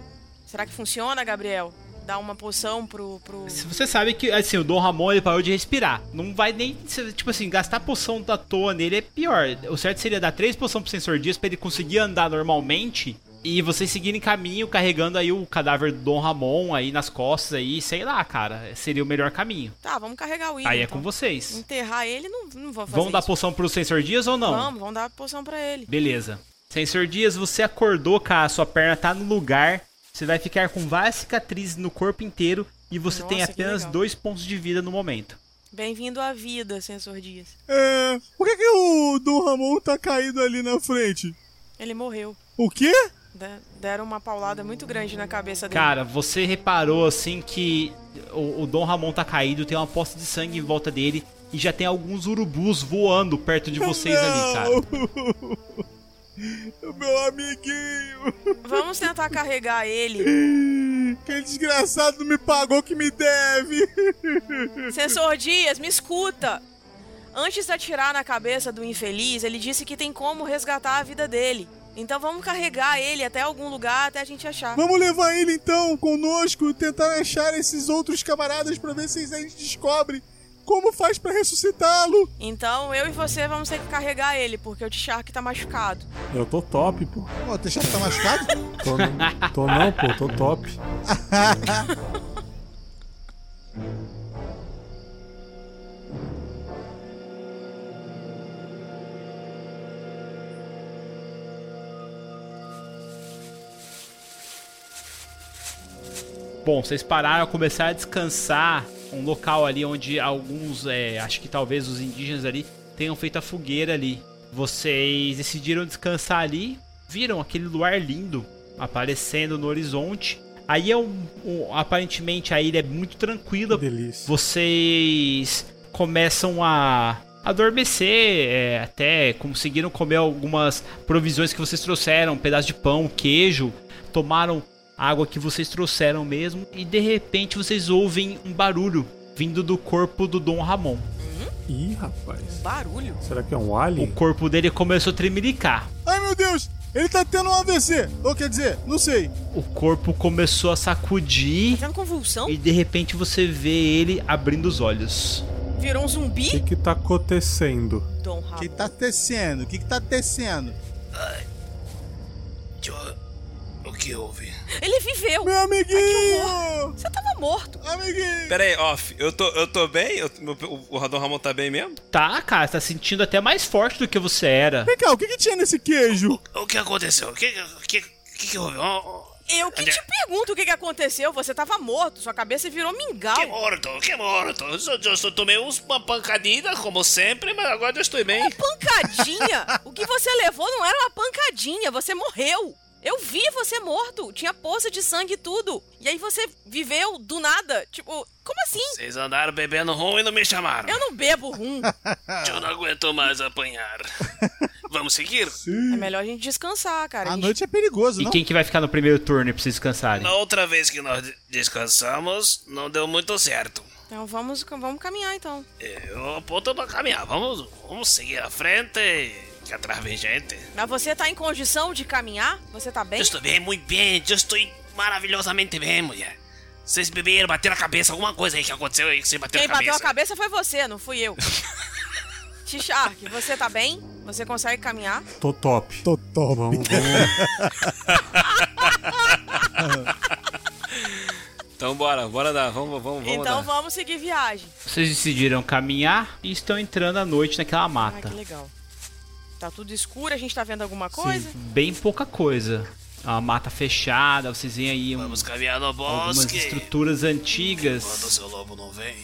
S7: Será que funciona, Gabriel? Dar uma poção pro. pro...
S3: Você sabe que, assim, o Dom Ramon, ele parou de respirar. Não vai nem, tipo assim, gastar poção da toa nele é pior. O certo seria dar três poções pro Sensor Dias pra ele conseguir andar normalmente e vocês seguirem caminho carregando aí o cadáver do Dom Ramon aí nas costas aí, sei lá, cara. Seria o melhor caminho.
S7: Tá, vamos carregar o William.
S3: Aí é
S7: então.
S3: com vocês.
S7: Enterrar ele, não, não vou fazer.
S3: Vão dar
S7: isso.
S3: poção pro Sensor Dias ou não?
S7: Vamos, vamos dar poção pra ele.
S3: Beleza. Sensor Dias, você acordou, cara, sua perna tá no lugar. Você vai ficar com várias cicatrizes no corpo inteiro e você tem
S7: Nossa, que
S3: apenas
S7: legal.
S3: dois pontos de vida no momento.
S7: Bem-vindo à vida, Sensor Dias.
S6: É, por que, que o Dom Ramon tá caído ali na frente?
S7: Ele morreu.
S6: O quê?
S7: De- Deram uma paulada muito grande na cabeça dele.
S3: Cara, você reparou assim que o, o Dom Ramon tá caído, tem uma poça de sangue em volta dele e já tem alguns urubus voando perto de vocês ali, cara.
S6: Meu amiguinho.
S7: Vamos tentar carregar ele.
S6: Aquele desgraçado não me pagou o que me deve.
S7: Sensor Dias, me escuta! Antes de atirar na cabeça do infeliz, ele disse que tem como resgatar a vida dele. Então vamos carregar ele até algum lugar até a gente achar.
S6: Vamos levar ele então conosco e tentar achar esses outros camaradas pra ver se a gente descobre como faz pra ressuscitá-lo.
S7: Então eu e você vamos ter que carregar ele, porque o T-Shark tá machucado.
S5: Eu tô top, pô.
S6: Ó, o Teixeira tá machucado?
S5: Tô, não- tô não, pô, tô top.
S3: Bom, vocês pararam, começaram a descansar. Um local ali onde alguns, é, acho que talvez os indígenas ali, tenham feito a fogueira ali. Vocês decidiram descansar ali, viram aquele luar lindo aparecendo no horizonte. Aí é um, um- aparentemente a ilha é muito tranquila.
S5: Delícia.
S3: Vocês começam a adormecer, é, até conseguiram comer algumas provisões que vocês trouxeram, um pedaço de pão, queijo, tomaram a água que vocês trouxeram mesmo e de repente vocês ouvem um barulho vindo do corpo do Dom Ramon.
S5: Ih, rapaz.
S7: Barulho?
S5: Será que é um
S3: O
S5: alien?
S3: corpo dele começou a tremelicar.
S6: Ai meu Deus, ele tá tendo um AVC. Ou quer dizer, não sei.
S3: O corpo começou a sacudir
S7: Tendo tá convulsão?
S3: e de repente você vê ele abrindo os olhos.
S7: Virou um
S5: O que
S7: zumbi?
S5: que tá acontecendo?
S7: Dom
S6: O
S7: Ramon.
S6: que tá tecendo? O que, que tá tecendo?
S9: Tio, O que houve?
S7: Ele viveu!
S6: Meu amiguinho!
S7: Você tava morto.
S6: Amiguinho!
S4: Pera aí, off, eu tô, eu tô bem? Eu- meu- o, o Radon Ramon tá bem mesmo?
S3: Tá, cara, tá sentindo até mais forte do que você era.
S6: Vem cá, o que, que tinha nesse queijo?
S9: O que aconteceu? O que, o que, o que, que houve? Oh, oh,
S7: Eu que te pergunto o que, que aconteceu. Você tava morto, sua cabeça virou
S9: que
S7: mingau.
S9: morto, que morto. Eu, só- eu só tomei uns- uma pancadinha, como sempre, mas agora eu estou bem.
S7: Pancadinha! o que você levou não era uma pancadinha, você morreu! Eu vi você morto, tinha poça de sangue e tudo. E aí você viveu do nada. Tipo, como assim?
S9: Vocês andaram bebendo rum e não me chamaram.
S7: Eu não bebo rum.
S9: Eu não aguento mais apanhar. Vamos seguir?
S7: É melhor a gente descansar, cara. A
S6: A
S7: gente-
S6: noite é perigoso,
S3: E
S6: não?
S3: quem que vai ficar no primeiro turno pra vocês descansarem?
S9: Na outra vez que nós de- descansamos, não deu muito certo.
S7: Então vamos, vamos caminhar então.
S9: Eu aponto pra caminhar. Vamos, vamos seguir à frente, que é atrás vem gente.
S7: Mas você tá em condição de caminhar? Você tá bem?
S9: Eu estou bem, muito bem. Eu estou maravilhosamente bem, mulher. Vocês beberam, bateram a cabeça, alguma coisa aí que aconteceu aí que vocês bateram
S7: Quem
S9: a
S7: bateu
S9: cabeça.
S7: a cabeça foi você, não fui eu. T-Shark, você tá bem? Você consegue caminhar?
S5: Tô top.
S6: Tô top.
S5: Vamos, vamos.
S4: Então bora, bora dar, vamos, vamos, vamos
S7: então
S4: dar.
S7: vamos seguir viagem.
S3: Vocês decidiram caminhar e estão entrando à noite naquela
S7: Ah,
S3: mata.
S7: que legal. Tá tudo escuro, a gente tá vendo alguma coisa?
S3: Bem pouca coisa. É Uma mata fechada, vocês veem aí um-
S9: Vamos caminhar no
S3: algumas
S9: bosque.
S3: estruturas
S9: Quando o
S3: antigas.
S9: seu lobo não vem.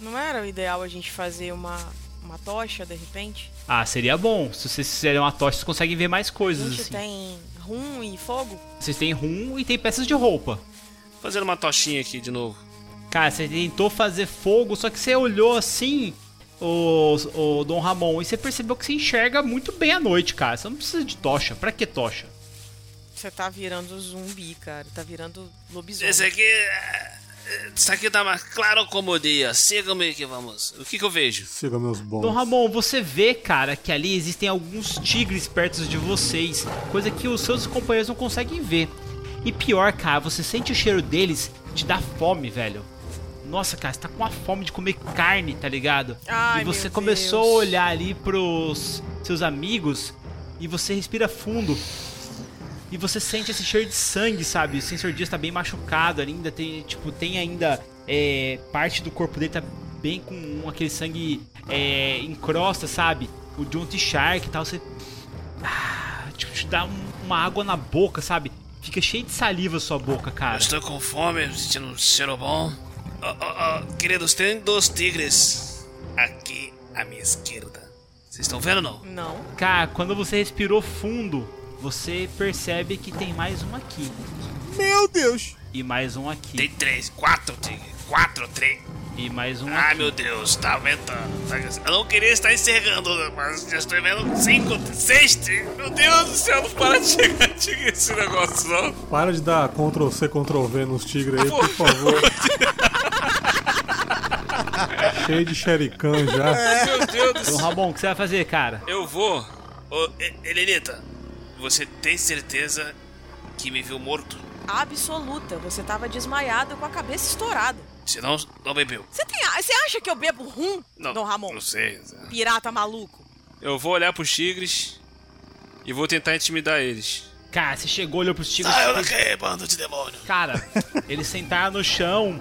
S7: Não era o ideal a gente fazer uma, uma tocha de repente?
S3: Ah, seria bom. Se vocês fizerem uma tocha, vocês conseguem ver mais
S7: A
S3: coisas.
S7: gente
S3: Assim.
S7: tem rum e fogo?
S3: Vocês têm rum e tem peças de roupa.
S4: Fazendo uma tochinha aqui de novo.
S3: Cara, você tentou fazer fogo, só que você olhou assim, o, o Dom Ramon, e você percebeu que você enxerga muito bem à noite, cara. Você não precisa de tocha. Pra que tocha?
S7: Você tá virando zumbi, cara. Tá virando lobisomem.
S9: Esse aqui. é- Isso aqui tá mais claro como o dia. Siga-me que vamos. O que, que eu vejo?
S5: Siga meus
S3: Dom
S5: bons.
S3: Ramon, você vê, cara, que ali existem alguns tigres perto de vocês, coisa que os seus companheiros não conseguem ver. E pior, cara, você sente o cheiro deles, te dá fome, velho. Nossa, cara, você tá com uma fome de comer carne, tá ligado?
S7: Ai,
S3: e você
S7: meu
S3: começou
S7: Deus.
S3: a olhar ali pros seus amigos e você respira fundo. E você sente esse cheiro de sangue, sabe? O sensor Dias tá bem machucado ainda, tem, tipo, tem ainda é, parte do corpo dele tá bem com aquele sangue é, em crosta, sabe? O John T. Shark e tal, você... Ah, tipo, te dá um- uma água na boca, sabe? Fica cheio de saliva a sua boca,
S9: Eu
S3: cara.
S9: Ah, estou com fome, sentindo um cheiro bom. Ó, ó, ó, queridos, tem dois tigres aqui à minha esquerda. Vocês estão vendo ou não?
S7: Não.
S3: Cara, quando você respirou fundo, você percebe que tem mais um aqui.
S6: Meu Deus!
S3: E mais um aqui.
S9: Tem três, quatro tigres. Quatro, três.
S3: E mais um
S9: Ai
S4: Ah,
S3: aqui.
S9: meu Deus, tá aumentando. Tá- Eu não queria estar encerrando, mas já estou vendo cinco, seis tigres. Meu Deus do céu, não para de chegar tigre esse negócio não.
S5: Para de dar Ctrl C, Ctrl V nos tigres aí, por favor. Cheio de xerican já.
S4: Meu Deus do
S3: Então,
S4: céu.
S3: Ramon, o que você vai fazer, cara?
S9: Eu vou. Ô, E- Helenita, você tem certeza que me viu morto?
S7: Absoluta. Você tava desmaiado com a cabeça estourada.
S9: Senão, não bebeu.
S7: Você tem. a- Você acha que eu bebo rum,
S9: Não,
S7: Dom Ramon?
S9: Não sei.
S7: Pirata maluco.
S4: Eu vou olhar pros tigres e vou tentar intimidar eles.
S3: Cara, você chegou, olhou pros tigres.
S9: Saiam daqui, bando de demônio.
S3: Cara, eles sentaram no chão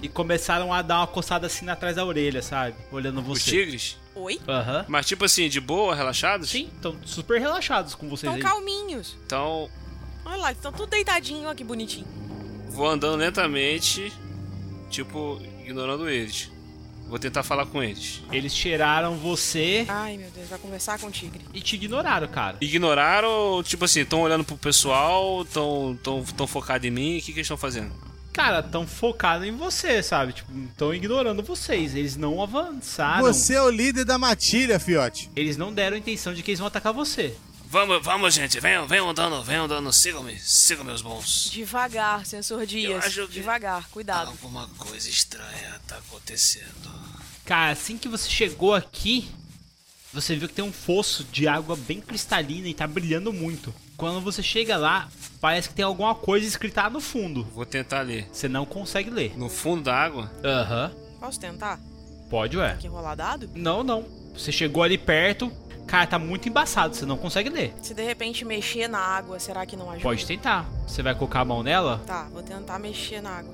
S3: e começaram a dar uma coçada assim atrás da orelha, sabe? Olhando
S4: Os
S3: você.
S4: tigres?
S7: Oi?
S3: Aham.
S4: Mas tipo assim, de boa, relaxados?
S3: Sim, estão super relaxados com vocês
S7: Estão
S3: aí.
S7: calminhos.
S4: Então,
S7: Olha lá, estão tudo deitadinho, olha que bonitinho.
S4: vou andando lentamente, tipo, ignorando eles. Vou tentar falar com eles.
S3: Eles tiraram você
S7: Ai, meu Deus, vai conversar com o tigre.
S3: e te ignoraram, cara.
S4: Ignoraram, ou, tipo assim, estão olhando pro pessoal, tão, tão, tão focado em mim, o que, que eles estão fazendo?
S3: Cara, tão focado em você, sabe? Tipo, tão ignorando vocês. Eles não avançaram.
S6: Você é o líder da matilha, fiote.
S3: Eles não deram a intenção de que eles vão atacar você.
S9: Vamos, vamos, gente. Venham, venham andando, venham andando. Sigam-me, sigam meus bons.
S7: Devagar, sensor Dias.
S9: acho que- Tá
S7: Devagar, cuidado.
S9: Alguma coisa estranha tá acontecendo.
S3: Cara, assim que você chegou aqui, você viu que tem um fosso de água bem cristalina e tá brilhando muito. Quando você chega lá, parece que tem alguma coisa escrita lá no fundo.
S4: Vou tentar ler.
S3: Você não consegue ler.
S4: No fundo da água?
S3: Aham.
S7: Posso tentar?
S3: Pode, ué.
S7: Tem que rolar dado?
S3: Não, não. Você chegou ali perto. Cara, tá muito embaçado, você não consegue ler.
S7: Se de repente mexer na água, será que não ajuda?
S3: Pode tentar. Você vai colocar a mão nela?
S7: Tá, vou tentar mexer na água.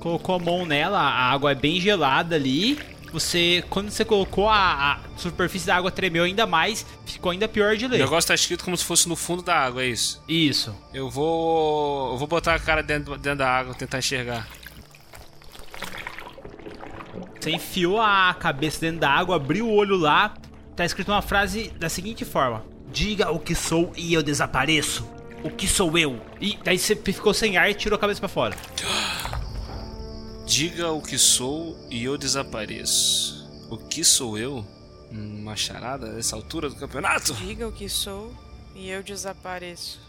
S3: Colocou a mão nela, a água é bem gelada ali. Você, quando você colocou, a, a superfície da água tremeu ainda mais, ficou ainda pior de
S4: O
S3: ler.
S4: negócio tá escrito como se fosse no fundo da água, é isso.
S3: Isso.
S4: Eu vou. Eu vou botar a cara dentro, dentro da água, tentar enxergar.
S3: Você enfiou a cabeça dentro da água, abriu o olho lá. Tá escrito uma frase da seguinte forma: Diga o que sou e eu desapareço. O que sou eu? E daí você ficou sem ar e tirou a cabeça pra fora.
S4: Diga o que sou e eu desapareço. O que sou eu? Hum, Uma charada nessa altura do campeonato?
S7: Diga o que sou e eu desapareço.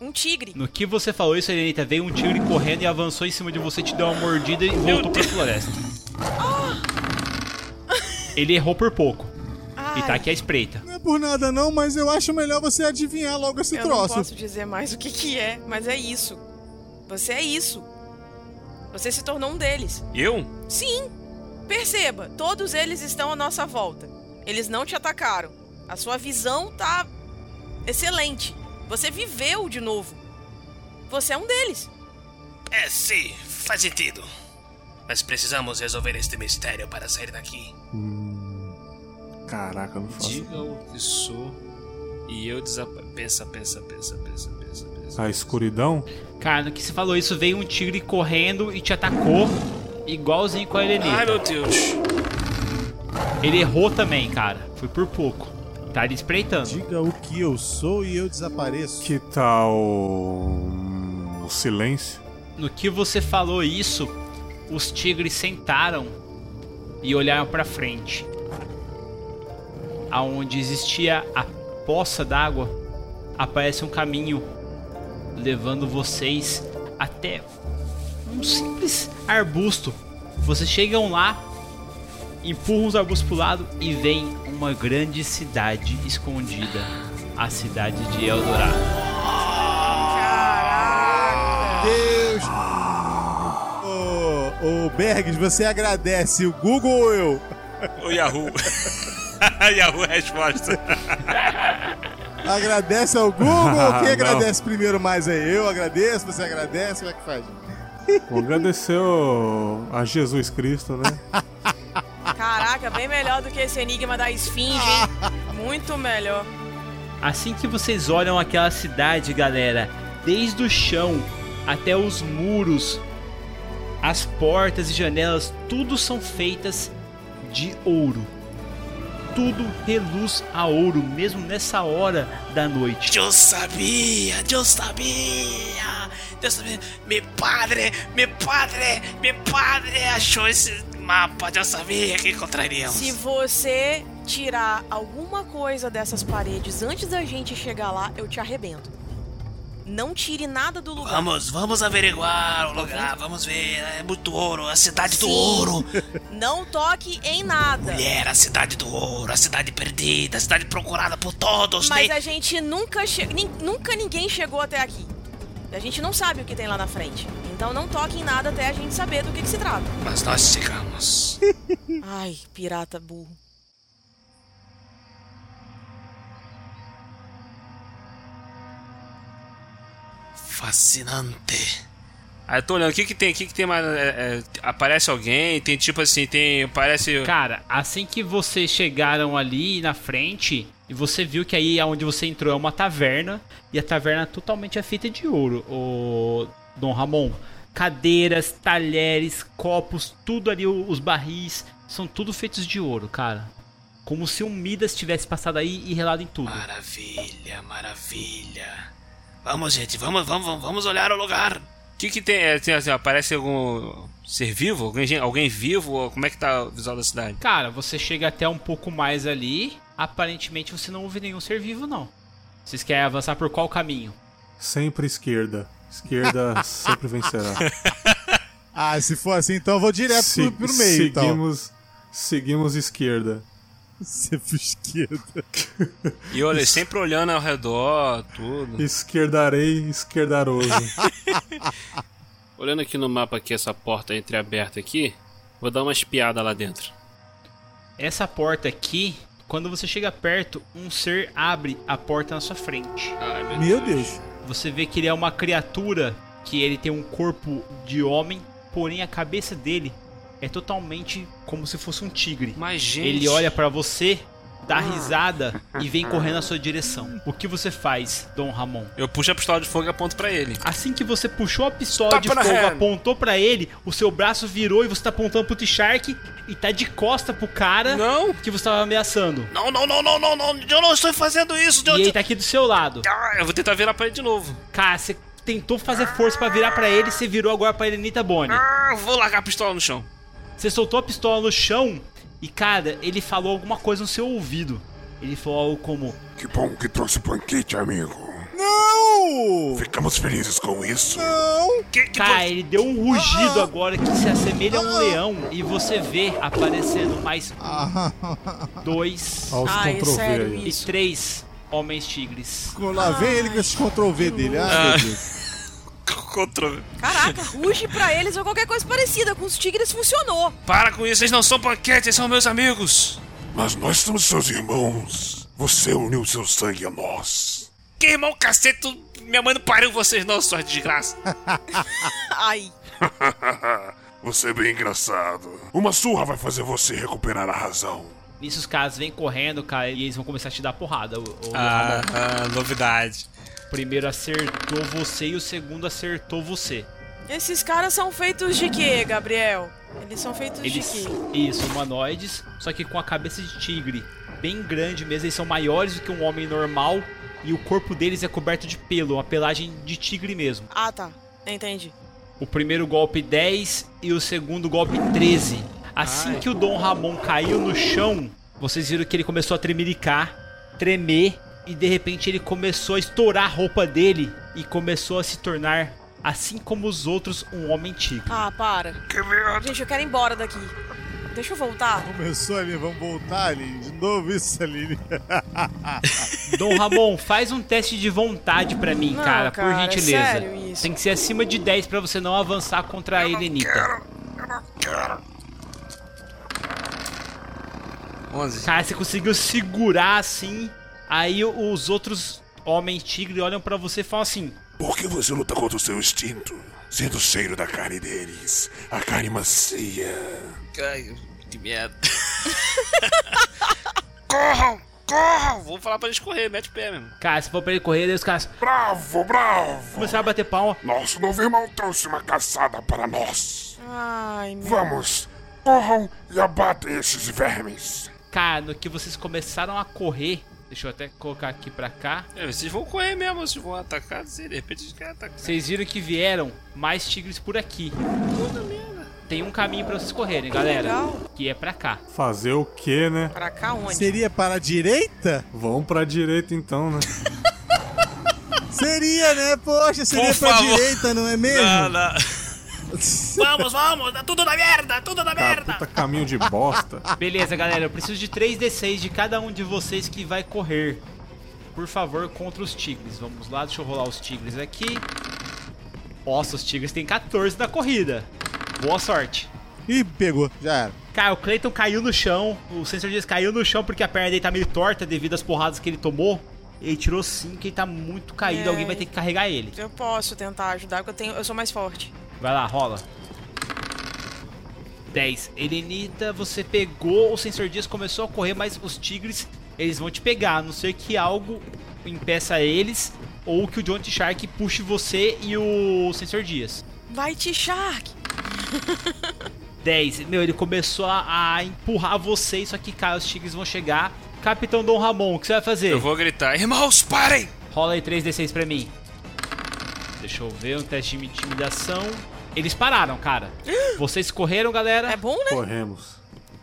S7: Um tigre!
S3: No que você falou isso, Elenita, veio um tigre correndo e avançou em cima de você, te deu uma mordida e voltou pra floresta. Ele errou por pouco.
S7: Ai,
S3: E tá aqui à espreita.
S6: Não é por nada não, mas eu acho melhor você adivinhar logo esse
S7: eu
S6: troço.
S7: não posso dizer mais o que que é, mas é isso. Você é isso. Você se tornou um deles.
S4: Eu?
S7: Sim! Perceba, todos eles estão à nossa volta. Eles não te atacaram. A sua visão tá excelente. Você viveu de novo. Você é um deles.
S9: É, sim, faz sentido. Mas precisamos resolver este mistério para sair daqui.
S5: Caraca, eu não faço.
S4: Diga o que sou e eu desapareço. Pensa, pensa, pensa, pensa, pensa, pensa.
S5: A escuridão?
S3: Cara, no que você falou isso, veio um tigre correndo e te atacou, igualzinho com a Elenita.
S4: Ai meu Deus!
S3: Ele errou também, cara. Foi por pouco. Tá ele espreitando.
S6: Diga o que eu sou e eu desapareço.
S5: Que tal. hum, O silêncio?
S3: No que você falou isso, os tigres sentaram e olharam pra frente. Aonde existia a poça d'água, aparece um caminho levando vocês até um simples arbusto. Vocês chegam lá, empurram os arbustos pro lado e vem uma grande cidade escondida, a cidade de Eldorado.
S6: Deus! Ô, ô Bergs, você agradece o Google ou eu?
S4: O Yahoo! Yahoo resposta!
S6: Agradece ao Google ou quem
S5: Não.
S6: agradece primeiro mais é eu? Agradeço, você agradece, como é que faz?
S5: Vou agradecer o- a Jesus Cristo, né?
S7: Caraca, bem melhor do que esse enigma da esfinge, hein? Muito melhor.
S3: Assim que vocês olham aquela cidade, galera, desde o chão até os muros, as portas e janelas, tudo são feitas de ouro. Tudo reluz a ouro, mesmo nessa hora da noite.
S9: Eu sabia, eu sabia, eu sabia. Meu padre, meu padre, meu padre achou esse mapa. Eu sabia que encontraríamos.
S7: Se você tirar alguma coisa dessas paredes antes da gente chegar lá, eu te arrebento. Não tire nada do lugar.
S9: Vamos, vamos averiguar o lugar. Vamos ver. É muito ouro, a cidade do
S7: Sim.
S9: ouro.
S7: Não toque em nada.
S9: Mulher, a cidade do ouro, a cidade perdida, a cidade procurada por todos.
S7: Mas
S9: né?
S7: a gente nunca che... nin- nunca ninguém chegou até aqui. A gente não sabe o que tem lá na frente. Então não toque em nada até a gente saber do que, que se trata.
S9: Mas nós chegamos.
S7: Ai, pirata burro.
S9: Fascinante.
S4: Aí eu tô olhando, o que que tem? O que que tem mais? É, é, aparece alguém? Tem tipo assim, tem. Parece.
S3: Cara, assim que vocês chegaram ali na frente, e você viu que aí onde você entrou é uma taverna, e a taverna totalmente é feita de ouro, o Dom Ramon. cadeiras, talheres, copos, tudo ali, o- os barris, são tudo feitos de ouro, cara. Como se um Midas tivesse passado aí e relado em tudo.
S9: Maravilha, maravilha.
S4: Vamos, gente, vamos, vamos, vamos, vamos olhar o lugar. O que, que tem? É, tem assim, ó, Parece algum ser vivo? Alguém, gen- alguém vivo? Ou Como é que tá o visual da cidade?
S3: Cara, você chega até um pouco mais ali, aparentemente você não ouve nenhum ser vivo, não. Vocês querem avançar por qual caminho?
S5: Sempre esquerda. Esquerda sempre vencerá.
S6: Ah, se for assim, então eu vou
S4: é
S6: direto
S5: Se-
S6: pro, pro meio, então.
S5: seguimos, seguimos esquerda.
S6: Sempre esquerda.
S4: E olha, sempre olhando ao redor, tudo.
S5: Esquerdarei, esquerdaroso.
S4: Olhando aqui no mapa aqui, essa porta entreaberta aqui, vou dar uma espiada lá dentro.
S3: Essa porta aqui, quando você chega perto, um ser abre a porta na sua frente.
S6: Meu Deus.
S3: Você vê que ele é uma criatura que ele tem um corpo de homem, porém a cabeça dele é totalmente como se fosse um tigre.
S4: Mas, gente... Ah.
S3: Ele olha pra você, dá risada e vem correndo na sua direção. O que você faz, Dom Ramon?
S4: Eu puxo a pistola de fogo e aponto pra ele.
S3: Assim que você puxou a pistola
S4: Tapa
S3: de
S4: na
S3: fogo,
S4: hand.
S3: apontou pra ele, o seu braço virou e você tá apontando pro T-Shark e tá de costa pro cara
S4: Não!
S3: que você tava ameaçando.
S9: Não, não, não, não, não, não. Eu não estou fazendo isso. Eu,
S3: E ele tá aqui do seu lado.
S4: Ah, eu vou tentar virar pra ele de novo.
S3: Cara, você tentou fazer força pra virar pra ele, você virou agora pra Elenita Boni.
S4: Ah, vou largar a pistola no chão.
S3: Você soltou a pistola no chão e, cara, ele falou alguma coisa no seu ouvido. Ele falou algo como:
S12: Que bom que trouxe o banquete, amigo.
S6: Não!
S12: Ficamos felizes com isso.
S6: Não!
S9: que, Ah. que
S3: Cara, ele deu um rugido agora que se assemelha a um leão. E você vê aparecendo mais
S9: Ah.
S3: dois
S5: Aos
S7: Ah, é
S5: Ctrl V
S7: sério
S5: aí.
S3: e
S7: isso.
S3: três homens tigres.
S6: Lá vem ele com esses Ctrl V dele. Ah, meu Deus.
S4: Contra...
S7: Caraca, ruge pra eles ou qualquer coisa parecida. Com os tigres funcionou.
S4: Para com isso, eles não são banquetes, eles são meus amigos.
S12: Mas nós somos seus irmãos. Você uniu seu sangue a nós.
S4: Que irmão cacete, tu- minha mãe não pariu vocês não, sua desgraça.
S7: Ai,
S12: você é bem engraçado. Uma surra vai fazer você recuperar a razão.
S3: Nisso os caras vêm correndo, cara, e eles vão começar a te dar porrada. O, o
S4: Ah, ah, novidade.
S3: primeiro acertou você e o segundo acertou você.
S7: esses caras são feitos de quê, Gabriel? Eles são feitos de
S3: Eles,
S7: quê?
S3: isso, humanoides, só que com a cabeça de tigre, bem grande mesmo, eles são maiores do que um homem normal e o corpo deles é coberto de pelo, uma pelagem de tigre mesmo.
S7: Ah, tá. Entendi.
S3: O primeiro golpe 10 e o segundo golpe 13. Assim que o Dom Ramon caiu no chão, vocês viram que ele começou a tremelicar, tremer e de repente ele começou a estourar a roupa dele e começou a se tornar, assim como os outros, um homem tigre.
S7: Ah, para. Gente, eu quero ir embora daqui. Deixa eu voltar.
S6: Começou ali, vamos voltar ali. De novo isso ali.
S3: Dom Ramon, faz um teste de vontade pra mim,
S7: Não,
S3: cara, por
S7: cara, é
S3: gentileza.
S7: sério isso.
S3: Tem que ser acima de 10 pra você não avançar contra a Helenita.
S4: 11.
S3: Cara, você conseguiu segurar assim. Aí o- os outros homens tigre olham pra você e falam assim:
S12: Por que você luta contra o seu instinto? Sinto o cheiro da carne deles. A carne macia.
S4: Ai, que merda. corram, corram. Vou falar pra eles correr, mete o pé mesmo.
S3: Cara, se for pra ele correr, daí os caras
S12: Bravo, bravo!
S3: começaram a bater palma.
S12: Nosso novo irmão trouxe uma caçada para nós.
S7: Ai, meu.
S12: Vamos, corram e abatem esses vermes.
S3: Cara, no que vocês começaram a correr, deixa eu até colocar aqui pra cá.
S4: É, vocês vão correr mesmo, vocês vão atacar, se de repente eles querem atacar.
S3: Vocês viram que vieram mais tigres por aqui. Tem um caminho pra vocês correrem, galera.
S7: Legal.
S3: Que é pra cá.
S5: Fazer o quê, né?
S7: Pra cá onde?
S6: Seria para a direita?
S5: Vamos pra direita então, né?
S6: Seria, né? Poxa, seria
S4: Por
S6: pra
S4: favor.
S6: direita, não é mesmo?
S9: Vamos, vamos. Tá tudo na merda, tudo na
S5: Tá,
S9: merda.
S5: puta caminho de bosta.
S3: Beleza, galera, eu preciso de 3d6 de cada um de vocês que vai correr. Por favor, contra os tigres. Vamos lá, deixa eu rolar os tigres aqui. Nossa, os tigres têm 14 na corrida. Boa sorte.
S6: Ih, pegou. Já era.
S3: Cara, o Clayton caiu no chão. O Sensor Dias caiu no chão porque a perna dele tá meio torta devido às porradas que ele tomou. Ele tirou 5 e tá muito caído.
S7: É.
S3: Alguém vai ter que carregar ele.
S7: Eu posso tentar ajudar, porque eu, tenho, eu sou mais forte.
S3: Vai lá, rola. 10. Elenita, você pegou, o sensor dias começou a correr, mas os tigres, eles vão te pegar, a não ser que algo impeça eles ou que o John T. Shark puxe você e o sensor dias.
S7: Vai, T-Shark!
S3: 10. Meu, ele começou a, a empurrar vocês, só que cara, os tigres vão chegar. Capitão Dom Ramon, o que você vai fazer? Eu
S4: vou gritar, irmãos, parem!
S3: Rola aí 3d6 pra mim. Deixa eu ver, um teste de intimidação. Eles pararam, cara. Vocês correram, galera. É
S7: bom, né?
S5: Corremos.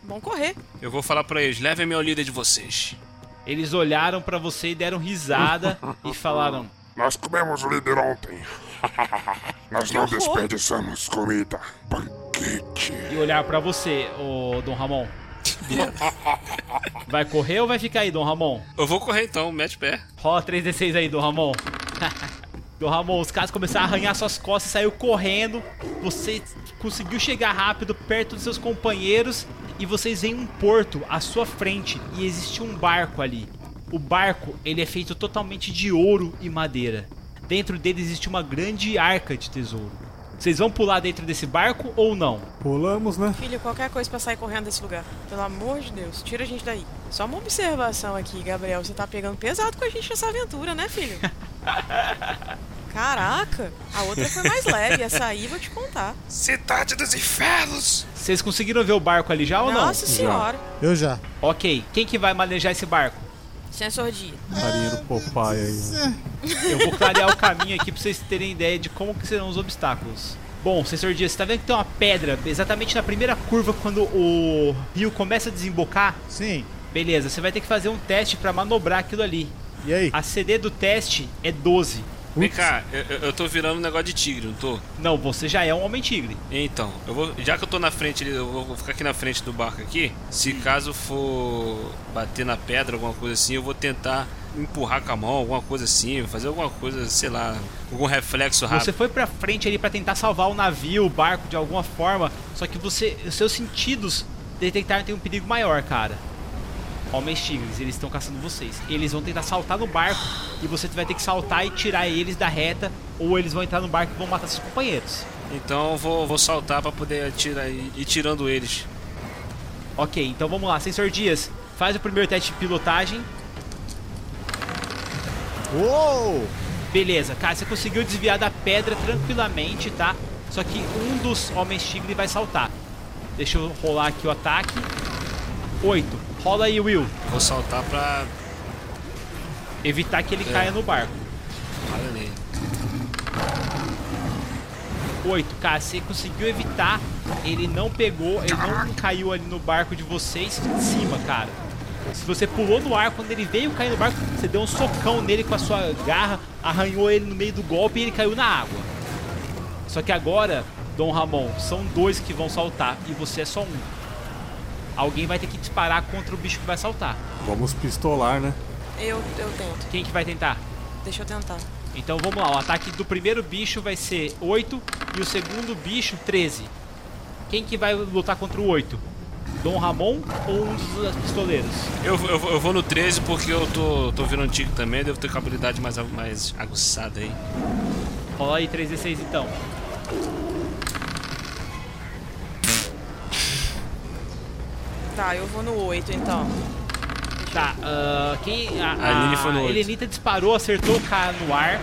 S7: Bom correr.
S4: Eu vou falar pra eles, levem meu líder de vocês.
S3: Eles olharam pra você e deram risada e falaram:
S12: Nós comemos o líder ontem. Nós não desperdiçamos comida. Banquete.
S3: E olhar pra você, ô Dom Ramon. Vai correr ou vai ficar aí, Dom Ramon?
S4: Eu vou correr então, mete o pé.
S3: Rola 3d6 aí, Dom Ramon. Dom Ramon, os caras começaram a arranhar suas costas e saiu correndo. Você conseguiu chegar rápido perto dos seus companheiros e vocês veem um porto à sua frente e existe um barco ali. O barco, ele é feito totalmente de ouro e madeira. Dentro dele existe uma grande arca de tesouro. Vocês vão pular dentro desse barco ou não?
S5: Pulamos, né?
S7: Filho, qualquer coisa pra sair correndo desse lugar. Pelo amor de Deus, tira a gente daí. Só uma observação aqui, Gabriel. Você tá pegando pesado com a gente nessa aventura, né, filho? Caraca, a outra foi mais leve. Essa aí vou te contar.
S9: Cidade dos infernos!
S3: Vocês conseguiram ver o barco ali já ou não?
S7: Nossa senhora.
S6: Eu já.
S3: Ok, quem que vai manejar esse barco?
S7: Sensor de.
S5: Marinheiro Popeye aí. né?
S3: Eu vou clarear o caminho aqui pra vocês terem ideia de como que serão os obstáculos. Bom, Sensor Dias, você tá vendo que tem uma pedra exatamente na primeira curva quando o rio começa a desembocar?
S6: Sim.
S3: Beleza, você vai ter que fazer um teste pra manobrar aquilo ali.
S6: E aí?
S3: A CD do teste é 12.
S4: Vem cá, eu- eu, eu tô virando um negócio de tigre, não tô?
S3: Não, você já é um homem tigre.
S4: Então, eu vou, já que eu tô na frente, ali, eu vou vou ficar aqui na frente do barco aqui. Se caso for bater na pedra, alguma coisa assim, eu vou tentar empurrar com a mão, alguma coisa assim, fazer alguma coisa, sei lá, algum reflexo rápido.
S3: Você foi pra frente ali pra tentar salvar o navio, o barco de alguma forma, só que você, os seus sentidos detectaram que tem um perigo maior, cara. Homens tigres, eles estão caçando vocês. Eles vão tentar saltar no barco e você vai ter que saltar e tirar eles da reta, ou eles vão entrar no barco e vão matar seus companheiros.
S4: Então eu vou, vou saltar pra poder atirar e ir tirando eles.
S3: Ok, então vamos lá, Sensor Dias, faz o primeiro teste de pilotagem.
S6: Uou!
S3: Beleza, cara, você conseguiu desviar da pedra tranquilamente, tá? Só que um dos homens tigre vai saltar. Deixa eu rolar aqui o ataque. Oito. Rola aí, Will.
S4: Vou saltar pra.
S3: Evitar que ele
S4: É.
S3: caia no barco.
S4: Olha ali.
S3: Oito, cara, você conseguiu evitar. Ele não pegou, ele não caiu ali no barco de vocês. Em cima, cara. Se você pulou no ar, quando ele veio cair no barco, você deu um socão nele com a sua garra, arranhou ele no meio do golpe e ele caiu na água. Só que agora, Dom Ramon, são dois que vão saltar e você é só um. Alguém vai ter que disparar contra o bicho que vai saltar.
S5: Vamos pistolar, né?
S7: Eu, eu tento.
S3: Quem que vai tentar?
S7: Deixa eu tentar.
S3: Então vamos lá, o ataque do primeiro bicho vai ser 8 e o segundo bicho 13. Quem que vai lutar contra o 8? Dom Ramon ou um dos pistoleiros?
S4: Eu, eu, vou- eu vou no 13 porque eu tô, tô virando tigre também, devo ter com a habilidade mais, a- mais aguçada aí.
S3: Rola aí 3d6 então.
S7: Tá, eu vou no 8 então.
S3: Tá, ah, quem. A,
S4: A Aline foi no oito.
S3: Helenita disparou, acertou o cara no ar.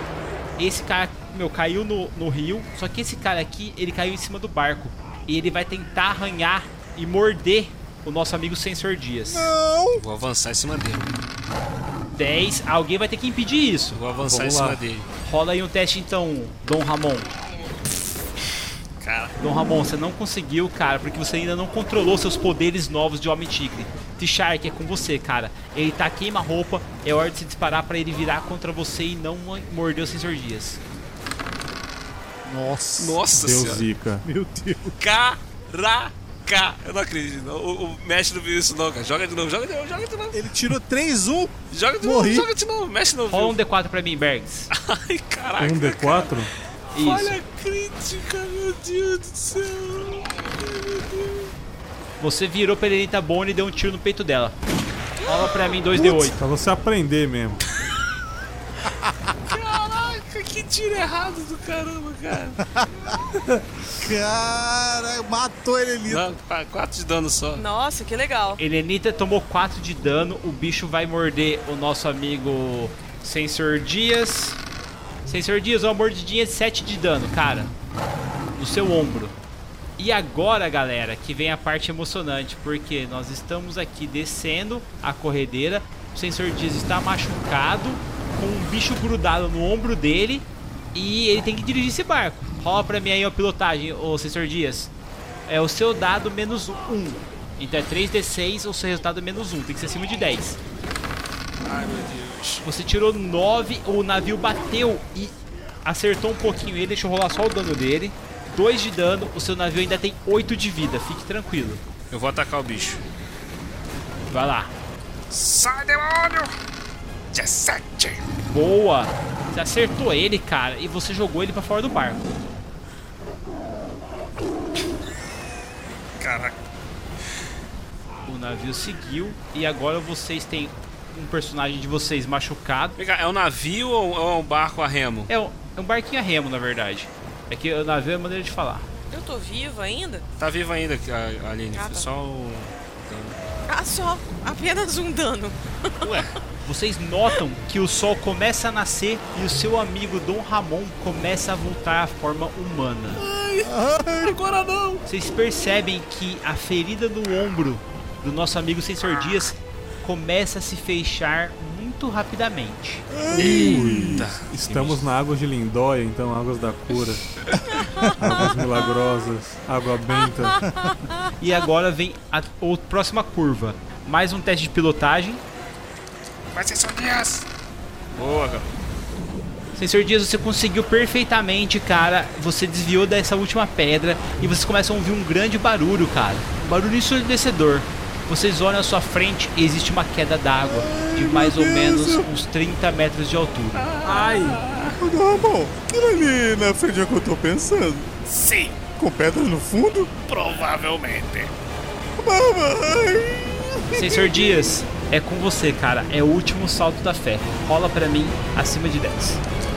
S3: Esse cara, meu, caiu no, no rio. Só que esse cara aqui, ele caiu em cima do barco. E ele vai tentar arranhar e morder o nosso amigo Sensor Dias.
S4: Vou avançar em cima dele.
S3: 10, alguém vai ter que impedir isso.
S4: Vou avançar
S3: Vamos
S4: em
S3: lá.
S4: cima dele.
S3: Rola aí um teste então, Dom Ramon.
S4: Cara,
S3: Dom Ramon, você não conseguiu, cara, porque você ainda não controlou seus poderes novos de Homem Tigre. T-Shark é com você, cara. Ele tá queima-roupa, é hora de se disparar pra ele virar contra você e não morder o Sensor Dias.
S6: Nossa.
S4: nossa
S5: Deu
S4: senhora.
S5: zica.
S6: Meu Deus.
S4: Caraca! Eu não acredito. não. O, o mestre não viu isso, não, cara. Joga de novo, joga de novo, joga de novo.
S6: Ele tirou 3-1.
S4: Joga de
S6: Morri.
S4: novo, joga de novo. Mexe não
S3: Rola um
S4: viu.
S3: D4 pra mim, Bergs.
S4: Ai, caraca.
S5: Um D4?
S3: Isso.
S4: Olha a crítica, meu Deus do céu. Ai, meu Deus.
S3: Você virou pra Elenita Bone e deu um tiro no peito dela. Rola pra mim 2D8.
S5: Pra você aprender mesmo.
S4: Caraca, que tiro errado do caramba, cara.
S6: Cara, matou ele ali.
S4: Não, pá, quatro de dano só.
S7: Nossa, que legal.
S3: Helenita tomou 4 de dano, o bicho vai morder o nosso amigo Sensor Dias. Sensor Dias, uma mordidinha de 7 de dano, cara. no seu ombro. E agora, galera, que vem a parte emocionante, porque nós estamos aqui descendo a corredeira. O sensor Dias está machucado, com um bicho grudado no ombro dele, e ele tem que dirigir esse barco. Rola pra mim aí a pilotagem, ô sensor Dias. É o seu dado menos um. Então é 3d6 ou seu resultado é menos um. Tem que ser acima de 10.
S4: Ai, meu Deus.
S3: Você tirou 9, o navio bateu e acertou um pouquinho ele, deixa eu rolar só o dano dele. 2 de dano, o seu navio ainda tem 8 de vida, fique tranquilo.
S4: Eu vou atacar o bicho.
S3: Vai lá.
S9: Sai, demônio! 17!
S3: Boa! Você acertou ele, cara, e você jogou ele pra fora do barco.
S4: Caraca.
S3: O navio seguiu e agora vocês têm um personagem de vocês machucado.
S4: Vem cá, é um navio ou ou é um barco a remo?
S3: É um, é um barquinho a remo, na verdade. É que o navio é a maneira de falar.
S7: Eu tô viva ainda?
S4: Tá vivo ainda, a- a Aline.
S7: Ah,
S4: Foi
S7: tá.
S4: só o.
S7: Ah, só. Apenas um dano.
S3: Ué. Vocês notam que o sol começa a nascer e o seu amigo Dom Ramon começa a voltar à forma humana.
S9: agora não!
S3: Vocês percebem que a ferida no ombro do nosso amigo Sensor Dias começa a se fechar muito rapidamente.
S5: Estamos na água de Lindóia, então águas da cura. águas milagrosas, água benta.
S3: E agora vem a ou- próxima curva. Mais um teste de pilotagem.
S9: Vai ser só Dias!
S4: Boa, garoto.
S3: Sensor Dias, você conseguiu perfeitamente, cara. Você desviou dessa última pedra e vocês começam a ouvir um grande barulho, cara. Um barulho ensurdecedor. Vocês olham à sua frente e existe uma queda d'água de mais ou menos uns 30 metros de altura.
S6: Ai! Ramon, aquilo ali na frente é o que eu tô pensando.
S9: Sim,
S6: Com pedras no fundo?
S9: provavelmente.
S6: Mamãe!
S3: Sensor Dias, é com você, cara. É o último salto da fé. Rola pra mim acima de 10.